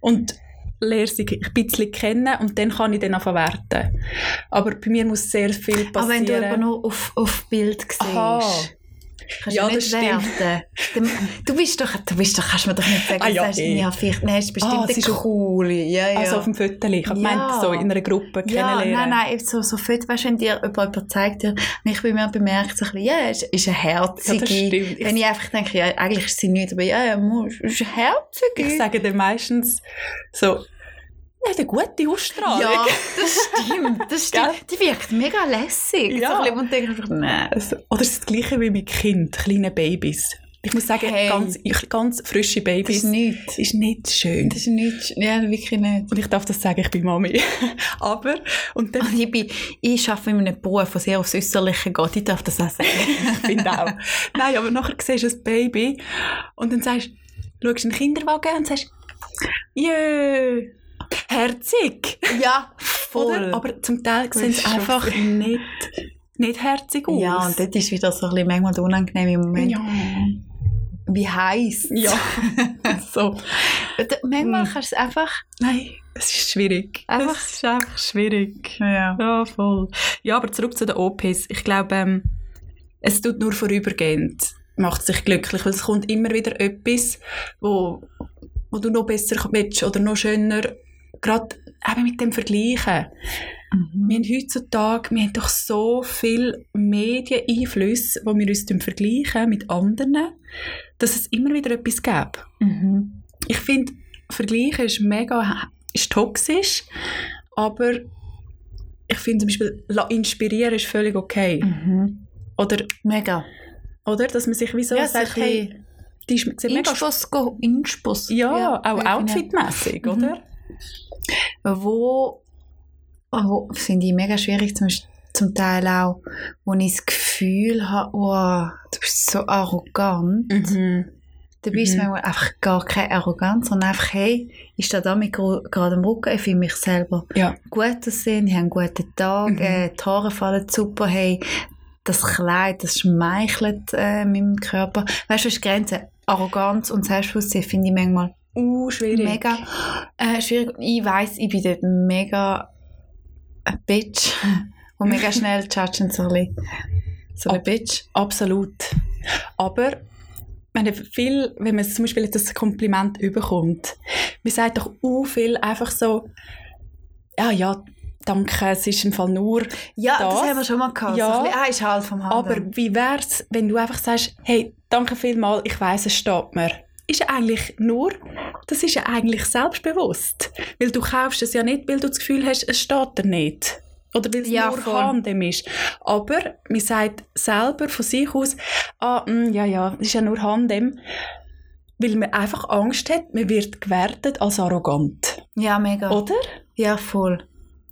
Speaker 2: und lerne sie ein bisschen kennen und dann kann ich den verwerten. Aber bei mir muss sehr viel passieren.
Speaker 1: aber wenn du jemanden nur auf, auf Bild siehst,
Speaker 2: Aha.
Speaker 1: kannst
Speaker 2: Ja,
Speaker 1: du
Speaker 2: das
Speaker 1: nicht
Speaker 2: stimmt.
Speaker 1: werten. Dann- Du bist doch, du bist doch, kannst mir doch nicht sagen,
Speaker 2: Ah,
Speaker 1: du
Speaker 2: ja,
Speaker 1: sagst,
Speaker 2: eh.
Speaker 1: ja, vielleicht, nein, es ist bestimmt
Speaker 2: Ah,
Speaker 1: eine
Speaker 2: sie ist-
Speaker 1: coole. Ja, ja.
Speaker 2: Also auf dem Viertel. Ich habe
Speaker 1: Ja.
Speaker 2: gemeint, so in einer Gruppe
Speaker 1: Ja, nou,
Speaker 2: kennenlernen.
Speaker 1: nein, nein, eben so, so viel, weißt du, wenn dir jemand jemand zeigt, dir, und ich bei mir bemerkt, so ein bisschen, ja, es ist eine
Speaker 2: Ja, das
Speaker 1: herzige.
Speaker 2: stimmt.
Speaker 1: wenn ich einfach denke, ja, eigentlich ist sie nicht, aber ja, ja, mo, es ist eine herzige.
Speaker 2: Ich sage dann meistens so, er hat eine gute Ausstrahlung.
Speaker 1: ja, das stimmt, das
Speaker 2: Gell?
Speaker 1: stimmt. Die wirkt mega lässig.
Speaker 2: Ja.
Speaker 1: So ein bisschen, und denke einfach, nein.
Speaker 2: Also, Oder es ist das Gleiche wie mit Kind, kleinen Babys. Ich muss sagen,
Speaker 1: Hey.
Speaker 2: ganz, ich- ganz frische
Speaker 1: Das
Speaker 2: Babys
Speaker 1: ist nichts.
Speaker 2: ist nicht schön.
Speaker 1: Das ist nichts. Ja, wirklich nicht.
Speaker 2: Und ich darf das sagen, ich bin Mami. Aber, und dann
Speaker 1: Und ich, bin, ich arbeite in einem Beruf, der sehr aufs Äußerliche geht. Ich darf das auch sagen.
Speaker 2: finde auch. Nein, aber nachher siehst du ein Baby und dann sagst du, schaust in den Kinderwagen und sagst, jö, herzig.
Speaker 1: ja, voll.
Speaker 2: Oder? Aber zum Teil
Speaker 1: Das
Speaker 2: sehen
Speaker 1: ist
Speaker 2: sie
Speaker 1: schon
Speaker 2: einfach nicht, nicht herzig aus.
Speaker 1: ja, und dort ist wieder so ein bisschen manchmal der unangenehme Moment.
Speaker 2: ja.
Speaker 1: Wie heiß.
Speaker 2: ja. so.
Speaker 1: Da- Manchmal
Speaker 2: Mm.
Speaker 1: kannst du es einfach.
Speaker 2: Nein, es ist schwierig.
Speaker 1: Einfach-
Speaker 2: Es ist einfach schwierig.
Speaker 1: Ja.
Speaker 2: Ja, voll. Ja, aber zurück zu den OPs. Ich glaube, ähm, es tut nur vorübergehend, macht sich glücklich, weil es kommt immer wieder etwas, wo, wo du noch besser willst oder noch schöner, gerade eben mit dem Vergleichen.
Speaker 1: Mhm.
Speaker 2: Wir haben heutzutage, wir haben doch so viele Medieneinflüsse, wo wir uns vergleichen mit anderen, dass es immer wieder etwas gäbe.
Speaker 1: Mhm.
Speaker 2: Ich finde, Vergleichen ist mega ist toxisch, aber ich finde zum Beispiel, la- inspirieren ist völlig okay.
Speaker 1: Mhm.
Speaker 2: Oder,
Speaker 1: Mega.
Speaker 2: oder, dass man sich wie so
Speaker 1: Ja, so
Speaker 2: sagt,
Speaker 1: ein
Speaker 2: hey, die ist, sieht mega sp-
Speaker 1: Inspuss go. Inspuss.
Speaker 2: ja, auch
Speaker 1: ja, genau.
Speaker 2: outfitmäßig,
Speaker 1: Mhm.
Speaker 2: oder?
Speaker 1: Wo, wo finde ich mega schwierig, zum, zum Teil auch, Mhm. wo ich das Gefühl habe, wow, du bist so arrogant. Dabei ist
Speaker 2: Mhm.
Speaker 1: manchmal einfach gar keine Arroganz, sondern einfach, hey, ist da damit gro- gerade am Rücken, ich finde mich selber
Speaker 2: Ja.
Speaker 1: gut aussehen, ich habe einen guten Tag,
Speaker 2: Mhm.
Speaker 1: äh, die Haare fallen super, hey, das Kleid, das schmeichelt äh, meinem Körper. Weißt du, was ist die Grenze? Arroganz und Selbstbewusstsein finde ich manchmal
Speaker 2: Uh, schwierig.
Speaker 1: mega äh, schwierig. Und Ich weiß, ich bin dort mega ein Bitch und mega schnell judgen so ein bisschen. So eine
Speaker 2: Oh.
Speaker 1: Bitch.
Speaker 2: Absolut. Aber wenn viel, wenn man zum Beispiel jetzt das Kompliment überkommt, man sagt doch u viel einfach so, ja, ja, danke, es ist im Fall nur.
Speaker 1: Ja, das,
Speaker 2: Das?
Speaker 1: haben wir schon mal gehabt.
Speaker 2: Ja.
Speaker 1: So ein bisschen, ah, ist halb vom
Speaker 2: Aber
Speaker 1: Handeln.
Speaker 2: wie wär's, wenn du einfach sagst, hey, danke vielmal, ich weiß, es steht mir. Ist ja eigentlich nur, das ist ja eigentlich selbstbewusst. Weil du kaufst es ja nicht, weil du das Gefühl hast, es steht dir nicht. Oder weil es
Speaker 1: Ja,
Speaker 2: nur
Speaker 1: voll.
Speaker 2: Handem ist. Aber man sagt selber von sich aus, ah, mm, ja, ja, es ist ja nur Handem. Weil man einfach Angst hat, man wird gewertet als arrogant.
Speaker 1: Ja, mega.
Speaker 2: Oder?
Speaker 1: Ja, voll.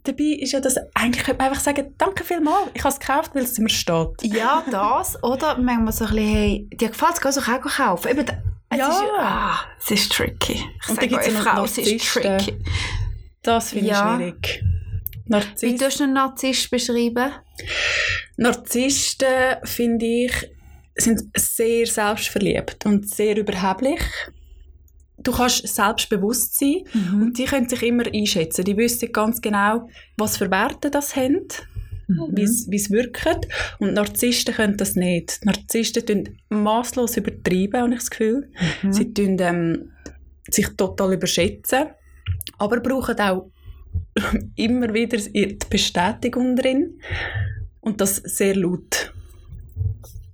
Speaker 2: Dabei ist ja das, eigentlich könnte man einfach sagen, danke vielmal, ich habe es gekauft, weil es mir steht.
Speaker 1: Ja, das. Oder manchmal so ein bisschen, hey, dir gefällt es, kannst du auch kaufen. Eben, da- es
Speaker 2: Ja.
Speaker 1: Ist, ah, es ist tricky. Ich
Speaker 2: Und dann
Speaker 1: sage
Speaker 2: gibt's
Speaker 1: euch,
Speaker 2: ja noch
Speaker 1: Frau, es ist
Speaker 2: Narzissten.
Speaker 1: tricky.
Speaker 2: Das finde
Speaker 1: Ja.
Speaker 2: ich schwierig.
Speaker 1: Wie
Speaker 2: Narzisst
Speaker 1: tust du einen Narzisst beschreiben?
Speaker 2: Narzissten, finde ich, sind sehr selbstverliebt und sehr überheblich. Du kannst selbstbewusst sein
Speaker 1: Mhm.
Speaker 2: und die können sich immer einschätzen. Die wissen ganz genau, was für Werte das haben,
Speaker 1: Mhm.
Speaker 2: wie es wie es wirkt. Und Narzissten können das nicht. Narzissten tun maßlos übertreiben, habe ich das Gefühl.
Speaker 1: Mhm.
Speaker 2: Sie tun, ähm, sich total überschätzen, aber brauchen auch immer wieder die Bestätigung drin und das sehr laut.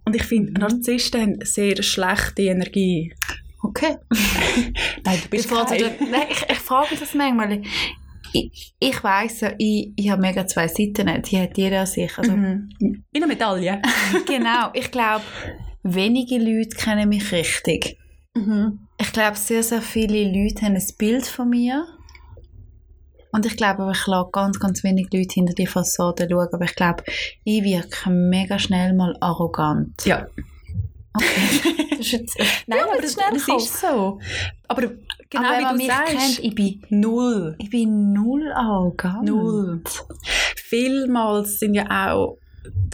Speaker 2: Und ich finde,
Speaker 1: Mhm.
Speaker 2: Narzissten haben sehr schlechte Energie.
Speaker 1: Okay.
Speaker 2: Nein, du bist
Speaker 1: Bevor du
Speaker 2: kein...
Speaker 1: dort- Nein, ich, ich frage mich das manchmal. Ich, ich weiss ja, ich, ich habe mega zwei Seiten. Die hat jeder an sich. Also,
Speaker 2: Mhm. In einer Medaille.
Speaker 1: Genau, ich glaube, wenige Leute kennen mich richtig.
Speaker 2: Mhm.
Speaker 1: Ich glaube, sehr, sehr viele Leute haben ein Bild von mir. Und ich glaube, aber ich lasse ganz, ganz wenig Leute hinter die Fassade schauen. Aber ich glaube, ich wirke mega schnell mal arrogant.
Speaker 2: Ja.
Speaker 1: Okay. Das ist jetzt,
Speaker 2: Nein, aber
Speaker 1: das ist
Speaker 2: das,
Speaker 1: schnell
Speaker 2: das
Speaker 1: gekommen.
Speaker 2: ist so. Aber genau
Speaker 1: aber wenn man
Speaker 2: wie du
Speaker 1: mich
Speaker 2: sagst,
Speaker 1: kennt, ich bin,
Speaker 2: null.
Speaker 1: ich bin null arrogant.
Speaker 2: Null. Vielmals sind ja auch,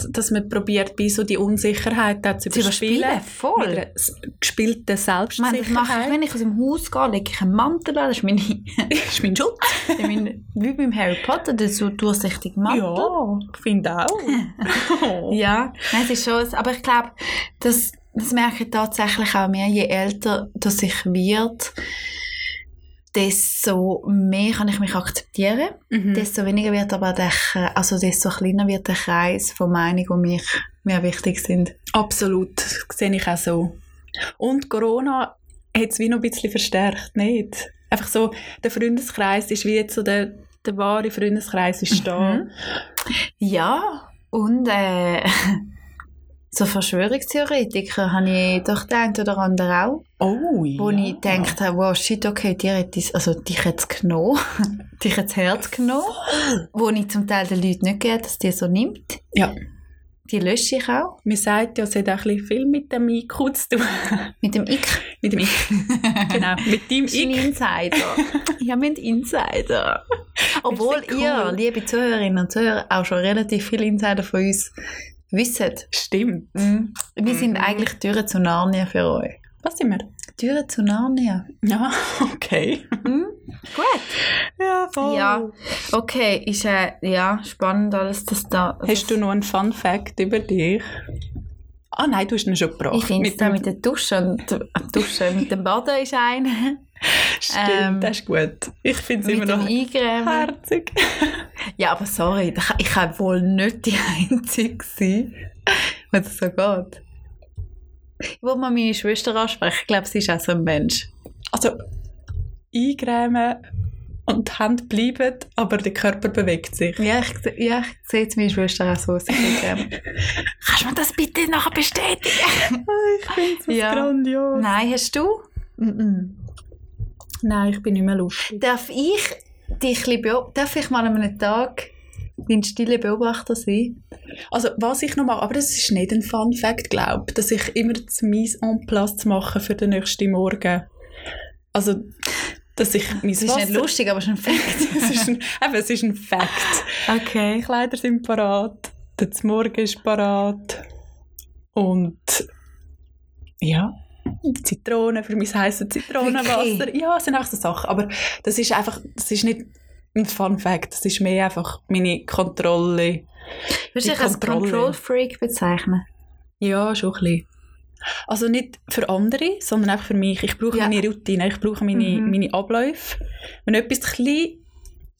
Speaker 2: dass man probiert, bei so die Unsicherheit auch zu
Speaker 1: Zu überspielen,
Speaker 2: überspielen. Mit
Speaker 1: voll.
Speaker 2: einer s- gespielten
Speaker 1: Ich meine, das mache ich,
Speaker 2: Selbstsicherheit.
Speaker 1: wenn ich aus dem Haus gehe, lege ich einen Mantel an, das ist meine,
Speaker 2: ist mein Schutz.
Speaker 1: mein, wie beim Harry Potter, der so durchsichtige Mantel.
Speaker 2: Ja, ich finde auch. Oh.
Speaker 1: Ja, nein, es ist schon, ein- aber ich glaube, das, das merke ich tatsächlich auch mehr, je älter dass ich wird, desto mehr kann ich mich akzeptieren,
Speaker 2: Mhm.
Speaker 1: desto weniger wird aber der, K- also desto kleiner wird der Kreis von Meinungen, die mich mir wichtig sind.
Speaker 2: Absolut, das sehe ich auch so. Und Corona hat es wie noch ein bisschen verstärkt, nicht? Einfach so, der Freundeskreis ist wie jetzt so der, der wahre Freundeskreis ist da.
Speaker 1: Mhm. Ja, und äh, so Verschwörungstheoretiker habe ich doch den einen oder anderen auch,
Speaker 2: Oh, ja.
Speaker 1: wo ich gedacht habe, wow, shit, okay, die hat das, also dich hat es genommen, dich hat das Herz genommen. wo ich zum Teil den Leuten nicht gebe, dass die so nimmt.
Speaker 2: Ja.
Speaker 1: Die lösche ich auch.
Speaker 2: Man sagt ja, es hat auch ein bisschen viel mit dem IQ zu tun.
Speaker 1: Mit dem Ich.
Speaker 2: mit dem IQ. genau, mit dem
Speaker 1: Ich bin
Speaker 2: IQ.
Speaker 1: Insider. ja, mit Insider. Obwohl
Speaker 2: Das ist ja
Speaker 1: ihr,
Speaker 2: cool.
Speaker 1: liebe Zuhörerinnen und Zuhörer, auch schon relativ viele Insider von uns wisst.
Speaker 2: Stimmt.
Speaker 1: Wir sind
Speaker 2: Mhm.
Speaker 1: eigentlich Türen zu Narnia für euch.
Speaker 2: Was sind wir?
Speaker 1: Türen zu Narnia.
Speaker 2: Ja, okay.
Speaker 1: Gut.
Speaker 2: Ja,
Speaker 1: Ja, okay. Ist äh, ja spannend alles, dass da...
Speaker 2: Hast du noch einen Fun Fact über dich? Ah nein, du hast ihn schon gebracht.
Speaker 1: ich finde es
Speaker 2: Mit
Speaker 1: da
Speaker 2: dem-
Speaker 1: mit der Dusche und Dusche mit dem Baden ist eine.
Speaker 2: Stimmt,
Speaker 1: ähm,
Speaker 2: das ist gut. Ich finde es
Speaker 1: Mit
Speaker 2: immer
Speaker 1: dem
Speaker 2: noch
Speaker 1: Eingremen.
Speaker 2: herzig.
Speaker 1: Ja, aber sorry, da kann- ich kann wohl nicht die Einzige sein, wenn es so geht. Ich wollte mal meine Schwester ansprechen. Ich glaube, sie ist auch so ein Mensch.
Speaker 2: Also, eingrämen und die Hände bleiben, aber der Körper bewegt sich.
Speaker 1: Ja, ich, se- ja, ich sehe jetzt meine Schwester auch so. Sie ist ähm, Kannst du mir das bitte nachher bestätigen?
Speaker 2: Ah, Ich finde es
Speaker 1: Ja.
Speaker 2: grandios. Nein.
Speaker 1: Nein, hast du? Mm
Speaker 2: ich bin nicht mehr lustig.
Speaker 1: Darf ich dich, liebe darf ich mal an einem Tag Dein stille Beobachter sein.
Speaker 2: Also, was ich noch mache, aber das ist nicht ein Fun Fact, glaube ich, dass ich immer das Mies en Platz mache für den nächsten Morgen. Also, dass ich mein
Speaker 1: Das ist nicht lustig, aber es ist ein Fakt.
Speaker 2: es, ist ein, eben, es ist ein Fact. Die
Speaker 1: Okay.
Speaker 2: Kleider sind parat, der Morgen ist parat und ja, Zitronen für mein heißes Zitronenwasser.
Speaker 1: Wirklich?
Speaker 2: Ja, es sind auch so Sachen, aber das ist einfach, das ist nicht ein Fun Fact, das ist mehr einfach meine Kontrolle.
Speaker 1: Würdest du dich
Speaker 2: Die
Speaker 1: als
Speaker 2: Kontrolle.
Speaker 1: Control-Freak bezeichnen?
Speaker 2: Ja, schon ein bisschen. Also nicht für andere, sondern auch für mich. Ich brauche
Speaker 1: Ja.
Speaker 2: meine Routine, ich brauche meine,
Speaker 1: Mhm.
Speaker 2: meine Abläufe. Wenn etwas klein,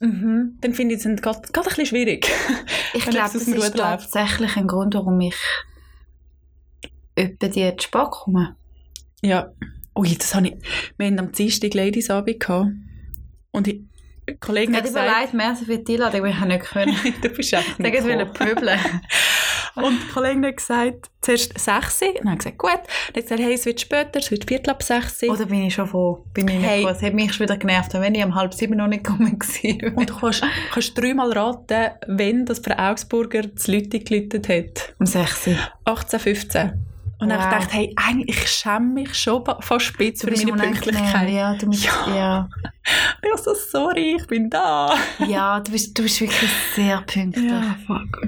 Speaker 1: Mhm.
Speaker 2: dann finde ich es gerade gerade ein bisschen schwierig.
Speaker 1: Ich
Speaker 2: Wenn
Speaker 1: glaube,
Speaker 2: etwas
Speaker 1: das
Speaker 2: aus dem
Speaker 1: ist
Speaker 2: Ruder läuft.
Speaker 1: tatsächlich ein Grund, warum ich etwa die zu spät komme.
Speaker 2: Ja. Ui, das habe ich... Wir hatten am Dienstag Ladiesabend gehabt. Und ich... Ein Kollege
Speaker 1: Ich
Speaker 2: hat
Speaker 1: habe
Speaker 2: gesagt...
Speaker 1: überlegt, mehr so viel die Einladung, weil ich habe nicht können.
Speaker 2: du bist echt
Speaker 1: Ich
Speaker 2: nicht
Speaker 1: wollte
Speaker 2: gekommen.
Speaker 1: pöbeln.
Speaker 2: Und die Kollegin hat gesagt, zuerst 6 Uhr. Dann habe ich gesagt, gut. Dann hat sie gesagt, hey, es wird später, es wird Viertel ab 6 Uhr.
Speaker 1: Oder bin ich schon froh? Bin ich nicht
Speaker 2: Hey.
Speaker 1: froh? Es hat mich schon wieder genervt, auch wenn ich um halb sieben noch nicht gekommen war.
Speaker 2: Und du kannst, kannst dreimal raten, wenn das für Augsburger das Leute geläutet hat.
Speaker 1: Um sechs Uhr.
Speaker 2: 18, 15. Und dann
Speaker 1: Wow.
Speaker 2: habe ich gedacht, hey, eigentlich ich schäme mich schon ba- fast spitz für meine
Speaker 1: unangenehm.
Speaker 2: Pünktlichkeit. Ja.
Speaker 1: Ja, du bist, ja.
Speaker 2: Ich bin so, sorry, ich bin da.
Speaker 1: Ja. du, bist, du bist wirklich sehr pünktlich.
Speaker 2: fuck.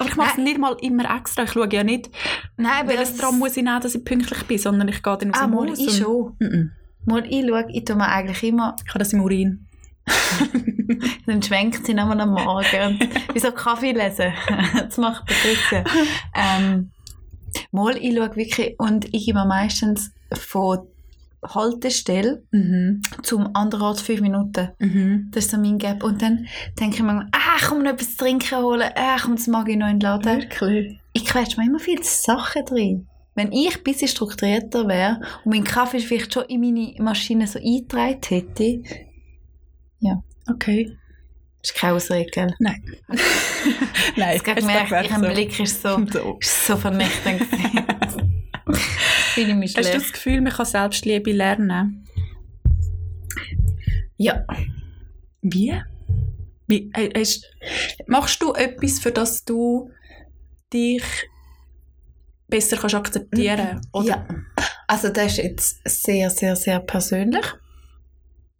Speaker 2: Aber ich mache es
Speaker 1: Nein.
Speaker 2: nicht mal immer extra. Ich schaue ja nicht,
Speaker 1: Nein, aber
Speaker 2: welches Tram muss ich nehmen, dass ich pünktlich bin, sondern ich gehe dann aus
Speaker 1: Ah,
Speaker 2: dem
Speaker 1: mal,
Speaker 2: Haus
Speaker 1: ich
Speaker 2: und-
Speaker 1: schon.
Speaker 2: Mhm.
Speaker 1: Mal, ich schaue, ich tue mir eigentlich immer
Speaker 2: Ich habe das im Urin.
Speaker 1: Dann schwenkt sie nochmal am Morgen. Wieso Kaffee lesen? das macht Patricia. Ähm, mal, ich schaue wirklich und ich gebe mir meistens von Haltestelle
Speaker 2: Mhm.
Speaker 1: zum anderen Ort fünf Minuten.
Speaker 2: Mhm.
Speaker 1: Das ist so mein Gap. Und dann denke ich mir, ah, komm noch etwas zu trinken holen, ah, komm, das mag ich noch in den Laden.
Speaker 2: Mhm. Wirklich?
Speaker 1: Ich quetsche mir immer viele Sachen drin. Wenn ich ein bisschen strukturierter wäre und meinen Kaffee vielleicht schon in meine Maschine so eingetragen hätte,
Speaker 2: Okay.
Speaker 1: ist keine Ausrede, gell?
Speaker 2: Nein,
Speaker 1: Ich habe
Speaker 2: es
Speaker 1: gemerkt,
Speaker 2: wäre
Speaker 1: ihr
Speaker 2: so.
Speaker 1: Blick ist so...
Speaker 2: so.
Speaker 1: ist so vernichtend. Fühle ich mich
Speaker 2: Hast du das Gefühl, man kann Selbstliebe lernen?
Speaker 1: Ja.
Speaker 2: Wie? Wie äh, hast, machst du etwas, für das du dich besser kannst akzeptieren kannst?
Speaker 1: Mhm. ja. Also das ist jetzt sehr, sehr, sehr persönlich.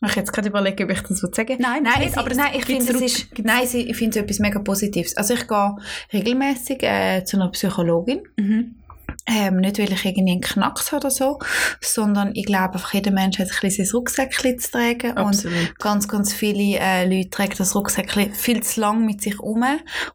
Speaker 1: Ich jetzt gerade überlegen, ob ich das so sagen will.
Speaker 2: Nein,
Speaker 1: Nein,
Speaker 2: nicht,
Speaker 1: ich,
Speaker 2: aber es
Speaker 1: nein, ich
Speaker 2: gibt's
Speaker 1: finde es
Speaker 2: Rück-
Speaker 1: ist, nein, sie- ich finde es etwas mega Positives. Also ich gehe regelmäßig äh, zu einer Psychologin.
Speaker 2: Mhm.
Speaker 1: Ähm, nicht, weil ich irgendwie einen Knacks habe oder so, sondern ich glaube einfach, jeder Mensch hat ein bisschen sein Rucksäckchen zu tragen. Und
Speaker 2: Absolut.
Speaker 1: ganz, ganz viele äh, Leute tragen das Rucksäckchen viel zu lang mit sich um.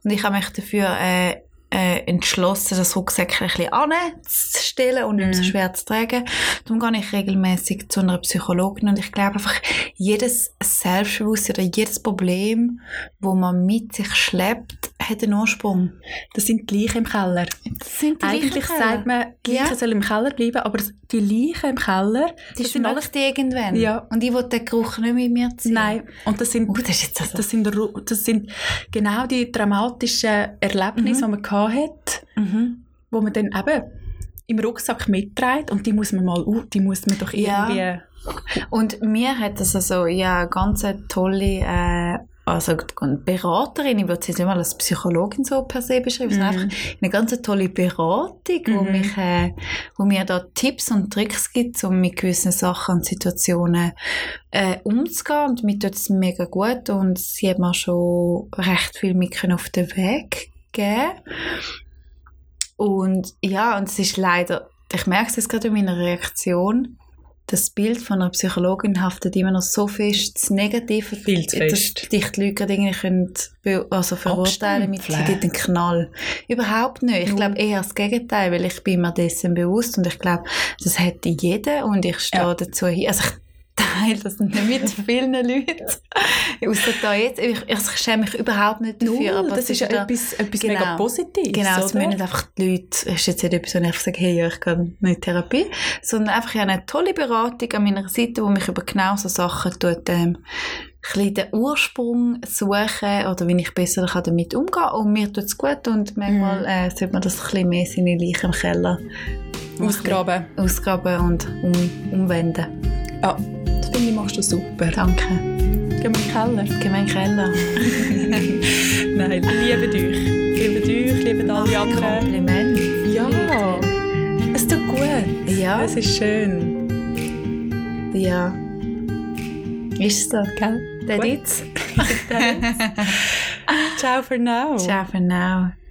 Speaker 1: Und ich habe mich dafür äh, äh, entschlossen, das Rucksäckchen ein bisschen anzustellen und nicht so
Speaker 2: Mhm.
Speaker 1: schwer zu tragen. Darum gehe ich regelmäßig zu einer Psychologin und ich glaube einfach, jedes Selbstbewusstsein oder jedes Problem, wo man mit sich schleppt, hat einen Ursprung.
Speaker 2: Das sind die Leichen im Keller.
Speaker 1: Das sind die
Speaker 2: Eigentlich
Speaker 1: Leichenkeller.
Speaker 2: sagt man, die
Speaker 1: Ja.
Speaker 2: Leichen sollen im Keller bleiben, aber die Leichen im Keller,
Speaker 1: die
Speaker 2: das sind
Speaker 1: schmecken
Speaker 2: alles...
Speaker 1: die irgendwann.
Speaker 2: Ja.
Speaker 1: Und ich will den Geruch nicht mit mir ziehen.
Speaker 2: Nein, und das sind
Speaker 1: Oh, das ist jetzt also...
Speaker 2: Das sind, Ru- das sind genau die dramatischen Erlebnisse, die man hatte,
Speaker 1: Mhm.
Speaker 2: wo man dann eben im Rucksack mitträgt und die muss man mal, au- die muss man doch
Speaker 1: Ja.
Speaker 2: irgendwie...
Speaker 1: Und mir hat das also ja eine ganz tolle äh, also Beraterin, ich würde sie jetzt nicht mal als Psychologin so per se beschreiben, sondern
Speaker 2: Mhm.
Speaker 1: einfach eine ganz tolle Beratung, wo,
Speaker 2: Mhm.
Speaker 1: mich, äh, wo mir da Tipps und Tricks gibt, um mit gewissen Sachen und Situationen äh, umzugehen und mir tut es mega gut und sie hat mir schon recht viel mit können auf den Weg gegeben. Und ja, und es ist leider, ich merke es jetzt gerade in meiner Reaktion, das Bild von einer Psychologin haftet immer noch so fest, das Negative,
Speaker 2: Viel zu fest.
Speaker 1: dass dich die Leute gerade irgendwie können be- also verurteilen mit, sie
Speaker 2: Abstempeln.
Speaker 1: gibt einen Knall. Überhaupt nicht. Ich
Speaker 2: Null.
Speaker 1: glaube eher das Gegenteil, weil ich bin mir dessen bewusst und ich glaube, das hätte jeder und ich stehe
Speaker 2: Ja.
Speaker 1: dazu hin. Also ich teile das nicht mit vielen Leuten. Außer da jetzt, ich, ich schäme mich überhaupt nicht dafür.
Speaker 2: Null,
Speaker 1: aber es
Speaker 2: das ist ja
Speaker 1: wieder-
Speaker 2: etwas, etwas
Speaker 1: Genau.
Speaker 2: mega Positives,
Speaker 1: Genau, es
Speaker 2: oder?
Speaker 1: müssen nicht einfach die Leute, es ist jetzt nicht etwas, wo ich einfach sage, hey, ja, ich gehe nicht in Therapie, sondern einfach ich habe eine tolle Beratung an meiner Seite, die mich über genau so Sachen tut, ähm, ein bisschen den Ursprung suchen oder wie ich besser kann damit umgehen kann. Und mir tut es gut und manchmal
Speaker 2: Mhm.
Speaker 1: äh, sollte man das ein bisschen mehr seine Leiche im Keller
Speaker 2: Ausgraben.
Speaker 1: ausgraben und um, umwenden.
Speaker 2: Ja, das finde ich, machst du super.
Speaker 1: Danke.
Speaker 2: Gehen wir in den Keller.
Speaker 1: Gehen wir in den Keller.
Speaker 2: Nein, liebe liebt euch. Liebt euch, liebt alle
Speaker 1: Ach,
Speaker 2: anderen.
Speaker 1: Kompliment.
Speaker 2: Ja, es tut gut.
Speaker 1: Ja.
Speaker 2: Es ist schön.
Speaker 1: Ja. Ist so.
Speaker 2: Gell?
Speaker 1: Der
Speaker 2: Gut.
Speaker 1: Ditz.
Speaker 2: Ciao for now.
Speaker 1: Ciao for now.